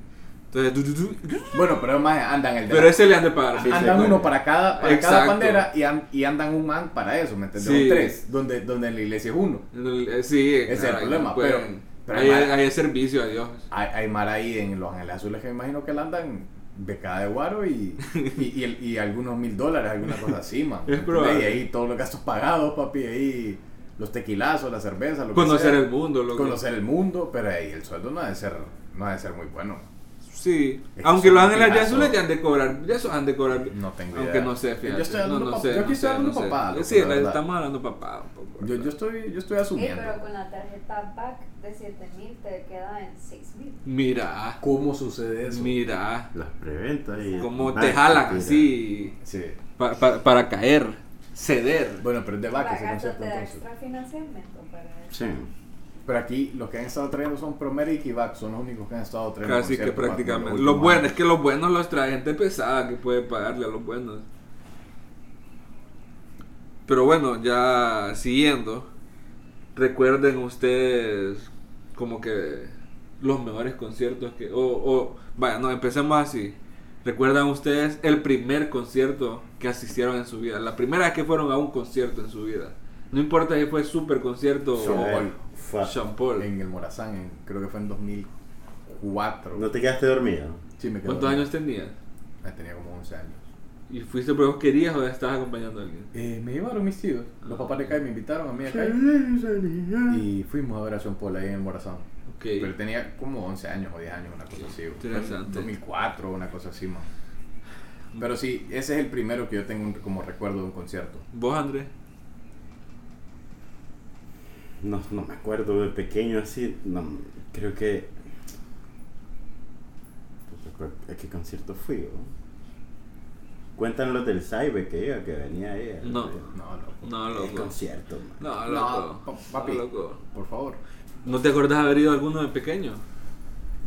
Speaker 5: Entonces, du- du- du-
Speaker 1: bueno, pero más andan el de
Speaker 5: pero
Speaker 1: la-
Speaker 5: ese le han de pagar. sí,
Speaker 1: andan
Speaker 5: sí.
Speaker 1: uno para cada, para cada
Speaker 5: Exacto.
Speaker 1: bandera y, an- y andan un man para eso, ¿me entiendes?
Speaker 5: Sí.
Speaker 1: O tres, donde, donde en la iglesia es uno.
Speaker 5: Eh, Sí,
Speaker 1: Ese es el
Speaker 5: ahí
Speaker 1: problema,
Speaker 5: pueden-
Speaker 1: pero- pero
Speaker 5: ahí,
Speaker 1: hay-
Speaker 5: ahí es servicio a Dios.
Speaker 1: Hay, hay mar ahí en Los Ángeles Azules que me imagino que la andan becada de guaro y, y, y el- y algunos mil dólares, alguna cosa así, man.
Speaker 5: Es
Speaker 1: ¿Entendés?
Speaker 5: probable.
Speaker 1: Y ahí todos los gastos pagados, papi, y ahí los tequilazos, la cerveza, lo que
Speaker 5: Conocer
Speaker 1: sea.
Speaker 5: el mundo, loco.
Speaker 1: Conocer el mundo, pero ahí el sueldo no ha de ser, no ha de ser muy bueno.
Speaker 5: Sí.
Speaker 1: Es que
Speaker 5: Aunque
Speaker 1: son
Speaker 5: los ángeles
Speaker 1: putinazo.
Speaker 5: azules ya han de cobrar. Ya eso han de cobrar.
Speaker 1: No tengo
Speaker 5: Aunque
Speaker 1: idea.
Speaker 5: no sé, fíjate.
Speaker 1: Yo estoy
Speaker 5: no,
Speaker 1: hablando
Speaker 5: no
Speaker 1: papá.
Speaker 5: sé,
Speaker 1: Yo
Speaker 5: no
Speaker 1: aquí estoy
Speaker 5: sé,
Speaker 1: hablando
Speaker 5: no sé.
Speaker 1: papá, loco,
Speaker 5: Sí,
Speaker 1: pues, la verdad.
Speaker 5: estamos hablando papá un poco.
Speaker 1: Yo, yo, estoy, yo estoy
Speaker 6: Sí,
Speaker 1: asumiendo.
Speaker 6: Eh, pero con la tarjeta back de 7000 te queda en 6000.
Speaker 5: Mira,
Speaker 1: ¿Cómo sucede eso?
Speaker 5: Pues mira.
Speaker 3: Las preventas y.
Speaker 5: Como
Speaker 3: Nah,
Speaker 5: te jalan
Speaker 3: mentira.
Speaker 5: así
Speaker 1: Sí.
Speaker 5: pa- pa- para caer, ceder.
Speaker 1: Bueno, pero es de vaca ese
Speaker 6: Pagando
Speaker 1: concepto
Speaker 6: te da
Speaker 1: entonces.
Speaker 6: extra financiamiento para
Speaker 3: Sí.
Speaker 6: eso.
Speaker 1: Pero aquí los que han estado trayendo son Promeric y Vax, son los únicos que han estado trayendo.
Speaker 5: Casi que
Speaker 1: conciertos, papi,
Speaker 5: prácticamente.
Speaker 1: los
Speaker 5: Los
Speaker 1: últimos
Speaker 5: buenos, es
Speaker 1: años.
Speaker 5: que los buenos los trae gente pesada que puede pagarle a los buenos. Pero bueno, ya siguiendo, recuerden ustedes como que los mejores conciertos que... O, o vaya, no, empecemos así. ¿Recuerdan ustedes el primer concierto que asistieron en su vida? La primera vez que fueron a un concierto en su vida. No importa si fue super concierto
Speaker 1: Sean
Speaker 5: o
Speaker 1: Paul.
Speaker 3: Fuck.
Speaker 5: Sean Paul.
Speaker 1: En el Morazán, en- creo que fue en 2004.
Speaker 3: ¿No te quedaste dormido?
Speaker 1: Sí, me quedo
Speaker 5: ¿Cuántos
Speaker 1: dormido.
Speaker 5: años tenías?
Speaker 1: Ah, Tenía como 11 años.
Speaker 5: ¿Y fuiste porque vos querías o estabas acompañando a alguien?
Speaker 1: Eh, me llevaron mis tíos. Los papás de Kai me invitaron a mí a Kai.
Speaker 4: Y
Speaker 1: Y fuimos a ver a Sean Paul ahí en el Morazán.
Speaker 5: Ok.
Speaker 1: Pero tenía como 11 años o 10 años, una cosa así. güey.
Speaker 5: Interesante.
Speaker 1: 2004, una cosa así más. Pero sí, ese es el primero que yo tengo un- como recuerdo de un concierto.
Speaker 5: ¿Vos, Andrés?
Speaker 3: No, no me acuerdo, de pequeño así, no, creo que... pues, No recuerdo ¿A qué concierto fui? ¿no? Cuentan los del Cyber que iba, que venía ella.
Speaker 5: No.
Speaker 1: No, loco.
Speaker 5: No,
Speaker 3: El
Speaker 5: loco.
Speaker 3: concierto, man.
Speaker 5: No,
Speaker 1: Eh, No,
Speaker 5: loco. No,
Speaker 1: pa- papi.
Speaker 5: loco.
Speaker 1: Por favor.
Speaker 5: ¿No te acordás haber ido a alguno de pequeño?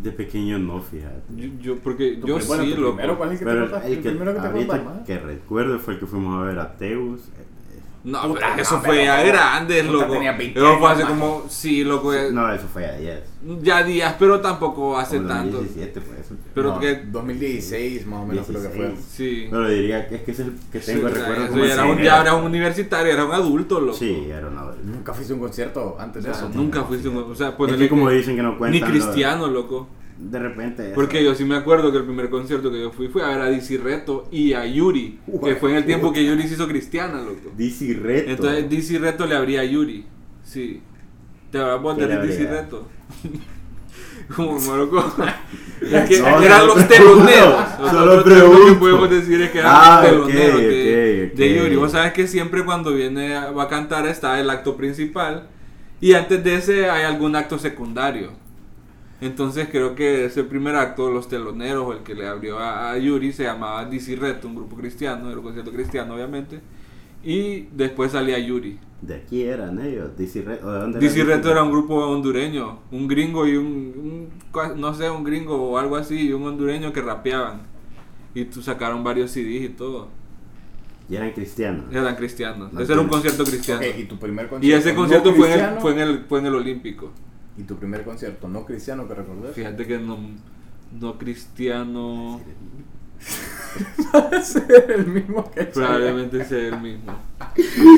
Speaker 3: De pequeño no, fíjate.
Speaker 5: Yo, yo- porque yo
Speaker 1: Pues, Bueno, tu
Speaker 5: sí, loco.
Speaker 1: primero, ¿cuál es el que te
Speaker 3: Pero
Speaker 1: acordás?
Speaker 3: el que,
Speaker 1: primero que te
Speaker 3: ahorita
Speaker 1: acordás, ma.
Speaker 3: que recuerdo fue el que fuimos a ver a Teus. eh, eh,
Speaker 5: No,
Speaker 1: Puta,
Speaker 5: pero
Speaker 1: no,
Speaker 5: eso
Speaker 1: pero
Speaker 5: fue ya
Speaker 1: loco.
Speaker 5: grande,
Speaker 1: Puta,
Speaker 5: loco.
Speaker 1: tenía 20
Speaker 5: Eso fue
Speaker 1: años,
Speaker 5: hace
Speaker 1: man.
Speaker 5: como, sí, loco. ya-
Speaker 3: No, eso fue ayer.
Speaker 5: Ya días, pero tampoco Pues, hace
Speaker 3: como
Speaker 5: tanto.
Speaker 3: 2017 fue eso.
Speaker 5: Pero
Speaker 1: No,
Speaker 5: que-
Speaker 1: 2016 más o menos creo que fue.
Speaker 3: 16.
Speaker 5: Sí.
Speaker 3: Pero diría que es que es el que
Speaker 5: Sí,
Speaker 3: tengo
Speaker 5: o sea,
Speaker 3: recuerdo
Speaker 5: eso
Speaker 3: como
Speaker 5: ya, era un,
Speaker 3: ese.
Speaker 5: ya era un universitario, era un adulto, loco.
Speaker 3: Sí, era una
Speaker 1: Nunca fuiste a un concierto antes
Speaker 5: O
Speaker 1: de
Speaker 5: sea,
Speaker 1: eso.
Speaker 5: Ah, nunca fuiste un... O sea,
Speaker 3: Es
Speaker 5: ponele
Speaker 3: que como
Speaker 5: Pues que-
Speaker 3: dicen que no
Speaker 5: Ni
Speaker 3: cuentan. lo-
Speaker 5: cristiano, loco.
Speaker 3: De repente. eso.
Speaker 5: Porque yo sí me acuerdo que el primer concierto que yo fui fue a ver a Dizzy Reto y a Yuri, que fue en el tiempo que Yuri se hizo cristiana, loco.
Speaker 3: Dizzy Reto.
Speaker 5: Entonces Dizzy Reto le abría a Yuri, sí. Te vas a
Speaker 3: ¿Qué
Speaker 5: poner
Speaker 3: le
Speaker 5: Dizzy
Speaker 3: abría?
Speaker 5: Reto. Como loco. Es que
Speaker 3: No,
Speaker 5: eran
Speaker 3: no
Speaker 5: los
Speaker 3: pregunto,
Speaker 5: teloneros.
Speaker 3: solo
Speaker 5: Nosotros lo que
Speaker 3: pregunto.
Speaker 5: podemos decir es que eran
Speaker 3: Ah,
Speaker 5: los
Speaker 3: ok,
Speaker 5: teloneros de,
Speaker 3: ok, ok.
Speaker 5: de Yuri. Vos sabes que siempre cuando viene a- va a cantar está el acto principal y antes de ese hay algún acto secundario. Entonces creo que ese primer acto, los teloneros, o el que le abrió a, a Yuri, se llamaba DC Reto, un grupo cristiano, era un concierto cristiano obviamente. Y después salía Yuri.
Speaker 3: De aquí eran ellos. Dizzy Reto. ¿o de dónde
Speaker 5: DC
Speaker 3: eran?
Speaker 5: Reto era un grupo hondureño, un gringo y un, un cua- no sé, un gringo o algo así, y un hondureño que rapeaban. Y tú sacaron varios CDs y todo.
Speaker 3: Y eran cristianos.
Speaker 5: Eran cristianos.
Speaker 3: No
Speaker 5: Ese era un
Speaker 3: entiendo.
Speaker 5: concierto cristiano.
Speaker 1: Ok, y tu primer concierto.
Speaker 5: y ese
Speaker 1: no
Speaker 5: concierto fue, en el,
Speaker 1: cristiano?
Speaker 5: fue, en el, fue en el Olímpico.
Speaker 1: Y tu primer concierto no cristiano que recordás.
Speaker 5: Fíjate que no, no cristiano
Speaker 1: ser el mismo que
Speaker 5: probablemente sea el mismo.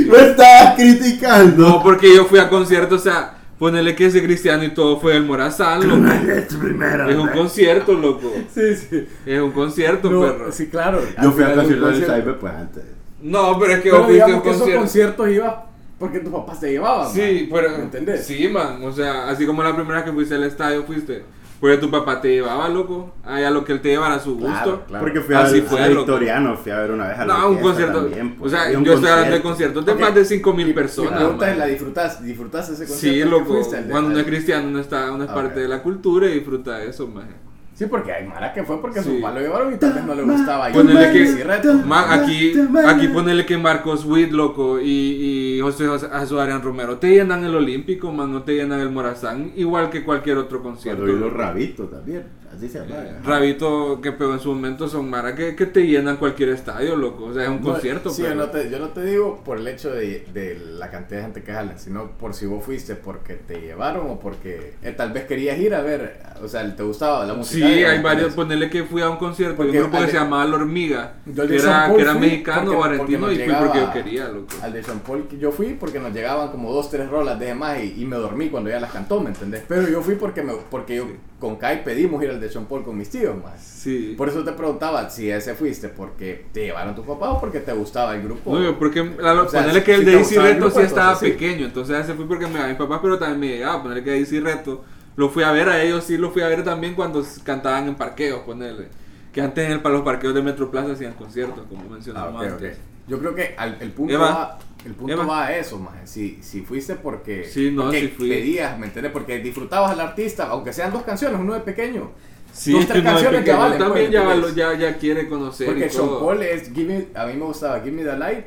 Speaker 3: ¡Lo estás criticando!
Speaker 5: No, porque yo fui a conciertos, o sea, ponerle que ese cristiano y todo fue el Morazán, loco.
Speaker 3: Es tu primera
Speaker 5: Es un
Speaker 3: vez.
Speaker 5: concierto, loco.
Speaker 1: Sí, sí.
Speaker 5: Es un concierto,
Speaker 1: No,
Speaker 5: perro.
Speaker 1: sí, claro.
Speaker 3: Yo fui a
Speaker 1: Al final de un
Speaker 3: concierto del
Speaker 1: concierto.
Speaker 3: Cyber pues antes.
Speaker 5: No, pero es que
Speaker 1: Pero
Speaker 5: vos fuiste a
Speaker 1: digamos
Speaker 5: un
Speaker 1: que esos
Speaker 5: concierto.
Speaker 1: conciertos ibas porque tus papás te llevaban.
Speaker 5: Sí,
Speaker 1: man.
Speaker 5: pero.
Speaker 1: ¿Me entendés?
Speaker 5: Sí, man. O sea, así como la primera vez que fuiste al estadio, fuiste. Porque tu papá te llevaba, loco. Allá lo que él te llevara a su gusto.
Speaker 1: Claro, claro.
Speaker 3: Porque fui
Speaker 5: Así
Speaker 3: a,
Speaker 5: Ah, fue,
Speaker 3: a
Speaker 5: loco.
Speaker 3: Victoriano, fui a ver una vez a la
Speaker 5: No, un
Speaker 3: orquesta
Speaker 5: concierto.
Speaker 3: también,
Speaker 5: o
Speaker 3: pues.
Speaker 5: sea,
Speaker 3: Y
Speaker 5: yo
Speaker 3: un
Speaker 5: estoy hablando de
Speaker 3: concierto.
Speaker 5: conciertos de
Speaker 1: Ok.
Speaker 5: más de 5000
Speaker 1: Mi
Speaker 5: personas.
Speaker 1: pregunta
Speaker 5: man.
Speaker 1: es, ¿la disfrutaste? ¿Disfrutaste ese concierto?
Speaker 5: Sí,
Speaker 1: al que
Speaker 5: loco.
Speaker 1: fuiste? Al de-
Speaker 5: Cuando uno
Speaker 1: al-
Speaker 5: es cristiano, uno, está, uno es
Speaker 1: Ah,
Speaker 5: parte
Speaker 1: ok.
Speaker 5: de la cultura y disfruta de eso, man.
Speaker 1: Sí, porque hay Mara que fue porque
Speaker 5: Sí.
Speaker 1: su papá lo llevaron y tal vez no le gustaba. ahí.
Speaker 5: Ponele que-
Speaker 1: Sí, reto.
Speaker 3: Este
Speaker 5: Man, aquí,
Speaker 3: Man.
Speaker 5: aquí ponele que Marcos Witt, loco, y, y José Azuarian Romero te llenan el Olímpico, man, no te llenan el Morazán, igual que cualquier otro concierto.
Speaker 3: Cuando vi los
Speaker 5: loco.
Speaker 3: rabitos también. Así se llama.
Speaker 5: Eh, Rabito que pegó en su momento son Mara que, que te llenan cualquier estadio, loco. O sea, es un
Speaker 1: No,
Speaker 5: concierto.
Speaker 1: Sí,
Speaker 5: pero-
Speaker 1: yo no, te, yo no te digo por el hecho de, de la cantidad de gente que jala, sino por si vos fuiste porque te llevaron o porque eh, tal vez querías ir a ver, o sea, te gustaba la música.
Speaker 5: Sí, Sí, hay
Speaker 1: ¿no?
Speaker 5: varios. pues. Ponerle que fui a un concierto de
Speaker 1: Porque
Speaker 5: un grupo que
Speaker 1: al-
Speaker 5: se llamaba La Hormiga,
Speaker 1: Yo al
Speaker 5: que
Speaker 1: de
Speaker 5: era,
Speaker 1: Son
Speaker 5: que era
Speaker 1: Paul fui
Speaker 5: mexicano
Speaker 1: porque-
Speaker 5: o
Speaker 1: porque
Speaker 5: argentino
Speaker 1: nos
Speaker 5: y fui porque yo
Speaker 1: llegaba-
Speaker 5: quería, loco.
Speaker 1: Al de Sean Paul que yo fui porque nos llegaban como dos, tres rolas de más y, y me dormí cuando ya las cantó, ¿me entendés? Pero yo fui porque me, porque yo
Speaker 5: Sí.
Speaker 1: con Kai pedimos ir al de Sean Paul con mis tíos más.
Speaker 5: Sí.
Speaker 1: Por eso te preguntaba si ese fuiste porque te llevaron tus papás o porque te gustaba el grupo.
Speaker 5: No, yo porque la-
Speaker 1: O sea,
Speaker 5: ponerle
Speaker 1: si-
Speaker 5: que el
Speaker 1: si
Speaker 5: de
Speaker 1: te
Speaker 5: Easy
Speaker 1: gustaba el
Speaker 5: Reto
Speaker 1: grupo,
Speaker 5: sí estaba
Speaker 1: entonces sí.
Speaker 5: pequeño, entonces ese fui porque me daba mis papás, pero también me llegaba, ponerle que Easy Reto. Lo fui a ver a ellos, sí, lo fui a ver también cuando s- cantaban en parqueos, ponerle. Que antes en el- para los parqueos de Metroplaza hacían conciertos, como
Speaker 1: Ah,
Speaker 5: mencionamos
Speaker 1: ok, ok.
Speaker 5: antes.
Speaker 1: Yo creo que al- el punto,
Speaker 5: Eva,
Speaker 1: va, el punto
Speaker 5: Eva.
Speaker 1: va a eso, maje. Si, si fuiste porque,
Speaker 5: Sí, no,
Speaker 1: porque
Speaker 5: sí fui.
Speaker 1: pedías, ¿me entiendes? Porque disfrutabas al artista, aunque sean dos canciones, uno de pequeño.
Speaker 5: Sí,
Speaker 1: Dos,
Speaker 5: es que
Speaker 1: tres
Speaker 5: uno de
Speaker 1: canciones ya
Speaker 5: pequeño
Speaker 1: valen,
Speaker 5: también
Speaker 1: pues,
Speaker 5: ya,
Speaker 1: entonces.
Speaker 5: lo- ya, ya quiere conocer. y
Speaker 1: Porque Sean
Speaker 5: todo.
Speaker 1: Paul es Give Me, a mí me gustaba Give Me the Light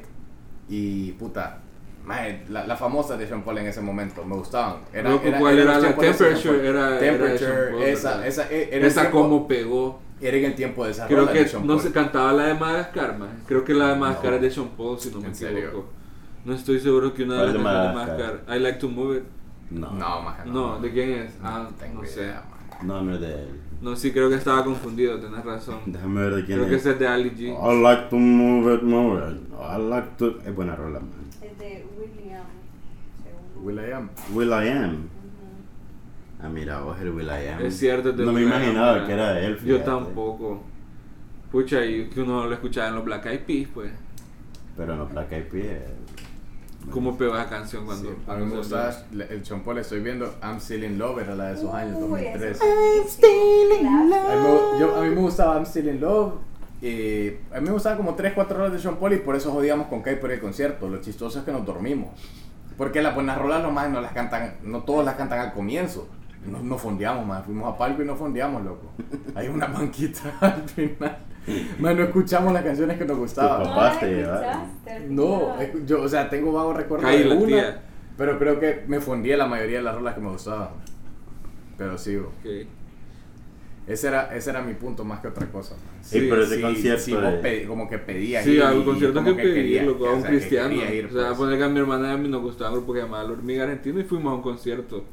Speaker 1: y puta, maje, la, la famosa de Sean Paul en ese momento, me gustaban.
Speaker 5: Loco, ¿cuál era
Speaker 1: el
Speaker 5: la
Speaker 1: tiempo de Sean
Speaker 5: Temperature?
Speaker 1: Paul.
Speaker 5: Era- era de
Speaker 1: Temperature,
Speaker 5: Sean Paul,
Speaker 1: esa,
Speaker 5: ¿verdad?
Speaker 1: esa, e- era el
Speaker 5: Esa
Speaker 1: tiempo-
Speaker 5: como pegó.
Speaker 1: Era en el tiempo de esa
Speaker 5: Creo
Speaker 1: rola de
Speaker 5: que
Speaker 1: Sean
Speaker 5: no
Speaker 1: Paul.
Speaker 5: se cantaba la de Madagascar, man. Creo que la de Madagascar
Speaker 1: No.
Speaker 5: es de Sean Paul, si no me
Speaker 1: ¿En
Speaker 5: equivoco.
Speaker 1: serio?
Speaker 5: No estoy seguro que una de
Speaker 3: ¿Cuál
Speaker 5: las
Speaker 3: de
Speaker 5: canciones de
Speaker 3: Madagascar?
Speaker 5: Madagascar. I like to move it.
Speaker 3: No, no,
Speaker 1: No, maje,
Speaker 5: No, ¿de quién es? Ah,
Speaker 1: tengo
Speaker 5: no sé.
Speaker 1: idea, maje.
Speaker 3: no, es de él.
Speaker 5: No, sí, creo que estaba confundido, tenés razón.
Speaker 3: Déjame ver de quién
Speaker 5: Creo que
Speaker 3: es. Oh,
Speaker 5: ese es de Ali G.
Speaker 3: I like to move it, move it. I like to. Es buena rola, man.
Speaker 6: Es de William. según-
Speaker 1: Will I Am.
Speaker 3: Will I Am.
Speaker 6: Ujú.
Speaker 3: Ah, mira, vos el Will I Am.
Speaker 5: Es cierto, es de
Speaker 3: No me
Speaker 5: Will.i.am,
Speaker 3: imaginaba
Speaker 5: man.
Speaker 3: que era de él.
Speaker 5: Yo
Speaker 3: fíjate.
Speaker 5: tampoco. Pucha, y que uno lo escuchaba en los Black Eyed Peas, pues.
Speaker 3: Pero no, Black Eyed Peas. eh,
Speaker 5: ¿Cómo pegó esa canción cuando.?
Speaker 1: Sí, a mí me gustaba le- el chompol, estoy viendo I'm Still in Love, era la de esos años,
Speaker 6: Uy, esa
Speaker 1: 2003.
Speaker 6: es buenísima.
Speaker 1: A mí, me- yo- a mí me gustaba I'm Still in Love. eh, a mí me gustaban como 3-4 horas de Sean Paul y por eso jodíamos con Kai por el concierto. Lo chistoso es que nos dormimos. Porque las buenas rolas nomás no las cantan, no todos las cantan al comienzo. Nos, nos fondeamos, man. Fuimos a palco y nos fondeamos, loco. Hay una banquita al final. Man, no escuchamos las canciones que nos
Speaker 3: Tu
Speaker 1: gustaban.
Speaker 3: papá
Speaker 6: No,
Speaker 3: te
Speaker 6: la
Speaker 3: llevaron.
Speaker 6: escuchaste al
Speaker 1: No,
Speaker 6: final.
Speaker 1: escu- yo, o sea, tengo vago recuerdo
Speaker 5: Caí
Speaker 1: de
Speaker 5: la
Speaker 1: una,
Speaker 5: tía.
Speaker 1: pero creo que me fundí la mayoría de las rolas que me gustaban. Pero sigo.
Speaker 5: Ok.
Speaker 1: Ese era, ese era mi punto más que otra cosa. man.
Speaker 3: Sí,
Speaker 5: Sí,
Speaker 3: pero ese
Speaker 1: Sí,
Speaker 3: concierto.
Speaker 1: sí, vos
Speaker 3: de-
Speaker 1: pe- como que pedía
Speaker 5: Sí,
Speaker 1: ir
Speaker 5: a un
Speaker 1: y
Speaker 5: concierto que
Speaker 1: como
Speaker 5: pedí,
Speaker 1: quería-
Speaker 5: loco, a
Speaker 1: o
Speaker 5: un
Speaker 1: sea, que
Speaker 5: cristiano.
Speaker 1: quería ir,
Speaker 5: o sea,
Speaker 1: pues.
Speaker 5: poner que a mi hermana y a mí nos gustaba un grupo que llamaba La Hormiga Argentina y fuimos a un concierto.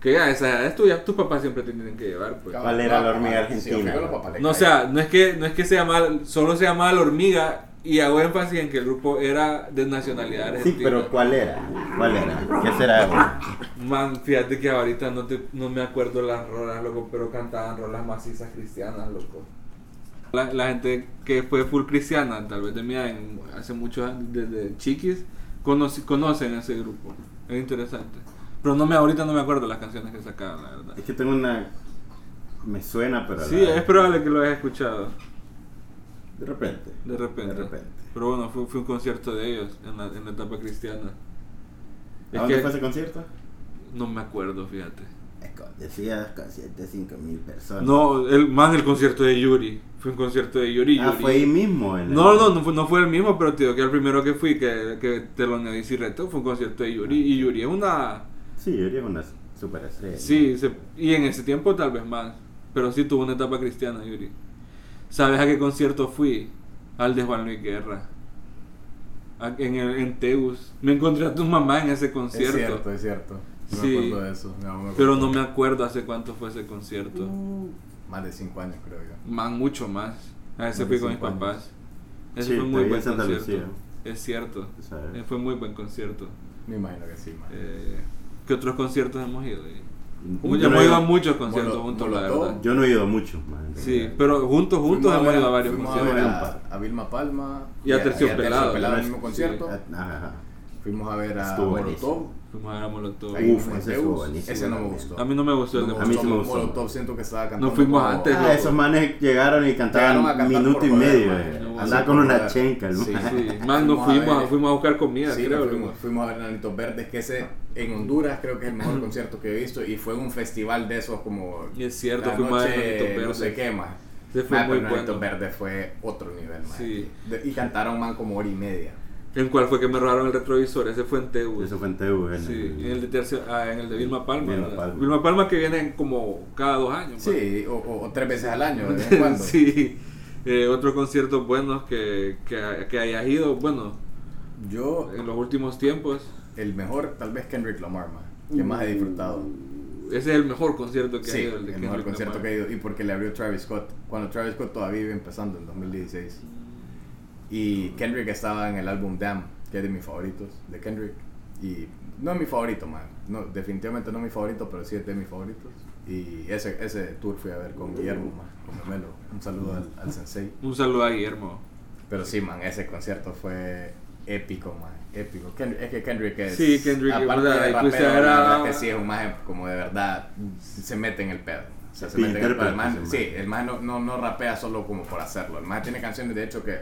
Speaker 5: Que a esa edad tuyas, tus papás siempre te tienen que llevar, pues.
Speaker 1: Cabrón,
Speaker 3: ¿Cuál era la hormiga
Speaker 1: papá, sí, yo fui
Speaker 3: argentina?
Speaker 1: con los papás, le
Speaker 5: No, o
Speaker 1: caí.
Speaker 5: sea, no es que, no es que se llamaba, solo se llamaba La Hormiga y hago énfasis en que el grupo era de nacionalidad
Speaker 3: Sí,
Speaker 5: argentina.
Speaker 3: pero ¿cuál era? ¿Cuál era? ¿Qué será? güey?
Speaker 5: Man, fíjate que ahorita no, te, no me acuerdo las rolas, loco, pero cantaban rolas macizas cristianas, loco. La, la gente que fue full cristiana, tal vez de mí, en- hace muchos años, desde chiquis, conoce- conocen ese grupo. Es interesante. Pero no me, ahorita no me acuerdo las canciones que sacaban, la verdad.
Speaker 3: Es que tengo una. Me suena, pero.
Speaker 5: Sí,
Speaker 3: la-
Speaker 5: es probable que lo hayas escuchado,
Speaker 3: De repente.
Speaker 5: de repente.
Speaker 3: De repente.
Speaker 5: Pero bueno, fue, fue un concierto de ellos en la, en la etapa cristiana.
Speaker 3: ¿A
Speaker 5: Es
Speaker 3: dónde fue ese
Speaker 5: que
Speaker 3: concierto?
Speaker 5: no me acuerdo, fíjate.
Speaker 3: Decías concierto de 5000 personas.
Speaker 5: No, el, más el concierto de Yuri. Fue un concierto de Yuri.
Speaker 3: Ah,
Speaker 5: Yuri.
Speaker 3: fue ahí mismo. en el-
Speaker 5: No, no, no fue, no fue el mismo, pero tío, que el primero que fui, que, que teloneó y reto, fue un concierto de Yuri. Y Yuri es una.
Speaker 3: Sí, yo diría que una superestrella.
Speaker 5: Sí, se- y en ese tiempo tal vez más. Pero sí tuvo una etapa cristiana, Yuri. ¿Sabes a qué concierto fui? Al de Juan Luis Guerra. A- en, el- en Teus. Me encontré a tu mamá en ese
Speaker 1: Es
Speaker 5: concierto.
Speaker 1: cierto, es cierto. No
Speaker 5: Sí.
Speaker 1: me acuerdo de eso. no, me
Speaker 5: Pero
Speaker 1: acuerdo.
Speaker 5: no me acuerdo hace cuánto fue ese concierto.
Speaker 1: Más de 5 años, creo yo.
Speaker 5: más mucho más. A ese
Speaker 3: Más de
Speaker 5: fui con mis
Speaker 3: cinco años.
Speaker 5: papás. Ese
Speaker 3: Sí,
Speaker 5: fue
Speaker 3: te
Speaker 5: muy
Speaker 3: vi en
Speaker 5: buen
Speaker 3: Santa
Speaker 5: concierto.
Speaker 3: Lucía.
Speaker 5: Es cierto.
Speaker 3: O sea,
Speaker 5: Eh, Fue muy buen concierto.
Speaker 1: Me imagino que sí, man.
Speaker 5: Eh, ¿Qué otros conciertos hemos ido? Eh,
Speaker 3: yo,
Speaker 5: hemos
Speaker 3: no he
Speaker 5: ido a
Speaker 3: ido,
Speaker 5: muchos conciertos
Speaker 1: Molo-
Speaker 5: juntos, la
Speaker 1: Molotov.
Speaker 5: verdad.
Speaker 3: yo no he ido mucho. man, en
Speaker 5: Sí,
Speaker 3: realidad.
Speaker 5: pero juntos, juntos
Speaker 1: Fuimos a
Speaker 5: hemos
Speaker 1: ver
Speaker 5: ido a
Speaker 1: a-
Speaker 5: varios
Speaker 1: fuimos a
Speaker 5: conciertos.
Speaker 1: ver
Speaker 3: un
Speaker 1: a,
Speaker 3: par.
Speaker 1: a Vilma Palma
Speaker 5: Y a Terciopelado.
Speaker 1: Terciopelado en el mismo
Speaker 3: Sí.
Speaker 1: concierto.
Speaker 3: Ah, Ajá, ajá.
Speaker 1: Fuimos a ver a
Speaker 3: Estuvo
Speaker 1: Molotov.
Speaker 3: buenísimo.
Speaker 5: Fuimos a ver a Molotov.
Speaker 1: Ahí
Speaker 3: Uf,
Speaker 1: en
Speaker 3: ese
Speaker 1: Teus.
Speaker 3: estuvo buenísimo
Speaker 1: Ese no me
Speaker 3: también.
Speaker 1: gustó.
Speaker 5: A mí no me gustó el de
Speaker 1: No
Speaker 3: A mí sí me gustó.
Speaker 1: Molotov siento que estaba cantando.
Speaker 5: fuimos
Speaker 1: como-
Speaker 5: antes,
Speaker 3: Ah, esos manes llegaron y
Speaker 1: Llegaron a
Speaker 3: cantaban
Speaker 1: cantar
Speaker 3: minuto
Speaker 1: por
Speaker 3: y
Speaker 1: joder,
Speaker 3: medio.
Speaker 1: man.
Speaker 3: eh.
Speaker 5: No,
Speaker 3: Andaba
Speaker 1: sí,
Speaker 3: con
Speaker 1: por
Speaker 3: una
Speaker 1: joder.
Speaker 3: chenca, el
Speaker 1: Sí.
Speaker 3: man.
Speaker 5: Sí, man,
Speaker 1: Fuimos a
Speaker 5: nos fuimos, a,
Speaker 1: ver-
Speaker 5: fuimos a buscar comida,
Speaker 1: Sí,
Speaker 5: creo.
Speaker 1: nos
Speaker 5: loco.
Speaker 1: fuimos, fuimos a ver Enanitos Verdes, que ese en Honduras creo que es el mejor concierto que he visto y fue un festival de esos como
Speaker 5: Y es cierto,
Speaker 1: la
Speaker 5: fuimos a ver
Speaker 1: noche
Speaker 5: Enanitos
Speaker 1: no
Speaker 5: Verdes.
Speaker 1: sé qué más.
Speaker 5: Ese fue
Speaker 1: Ah,
Speaker 5: muy
Speaker 1: pero Enanitos
Speaker 5: bueno.
Speaker 1: Verdes fue otro nivel más.
Speaker 5: Sí.
Speaker 1: y cantaron man como hora y media.
Speaker 5: ¿En cuál fue que me robaron el retrovisor? Ese fue en Teus.
Speaker 3: Eso fue en TV.
Speaker 5: Sí, en el de, tercio, ah, en el de Vilma Palma.
Speaker 3: Vilma
Speaker 5: ¿verdad?
Speaker 3: Palma.
Speaker 5: Vilma Palma que vienen como cada dos años. ¿verdad?
Speaker 1: Sí, o, o- o tres veces al año, de vez en cuando.
Speaker 5: sí. Eh, otros conciertos buenos que, que, que hayas ido, bueno,
Speaker 1: Yo,
Speaker 5: en los últimos tiempos.
Speaker 1: el mejor tal vez Kendrick Lamar, man, que más he disfrutado.
Speaker 5: Ese es el mejor concierto que ha
Speaker 1: Sí,
Speaker 5: ido. de
Speaker 1: el
Speaker 5: Kendrick
Speaker 1: mejor concierto
Speaker 5: Lamar.
Speaker 1: que he ido. Y porque le abrió Travis Scott. Cuando Travis Scott todavía iba empezando en 2016. Y Kendrick estaba en el álbum Damn, que es de mis favoritos, de Kendrick. Y no es mi favorito, man. No, definitivamente no es mi favorito, pero sí es de mis favoritos. Y ese, ese tour fui a ver con Guillermo, man, con Memelo. Un saludo al, al sensei.
Speaker 5: Un saludo a Guillermo.
Speaker 1: Pero sí, man, ese concierto fue épico, man. Épico. Kend- es que Kendrick es.
Speaker 5: Sí, Kendrick,
Speaker 1: aparte
Speaker 5: ¿verdad?
Speaker 1: de
Speaker 5: Y
Speaker 1: rapero,
Speaker 5: Cristian
Speaker 1: la
Speaker 5: era-
Speaker 1: verdad que sí es un maje como de verdad se mete en el pedo. O sea, se
Speaker 3: Y
Speaker 1: mete en el pedo. El
Speaker 3: intérprete,
Speaker 1: maje-
Speaker 3: ese
Speaker 1: sí,
Speaker 3: maje.
Speaker 1: el maje no, no, no rapea solo como por hacerlo. El maje tiene canciones, de hecho, que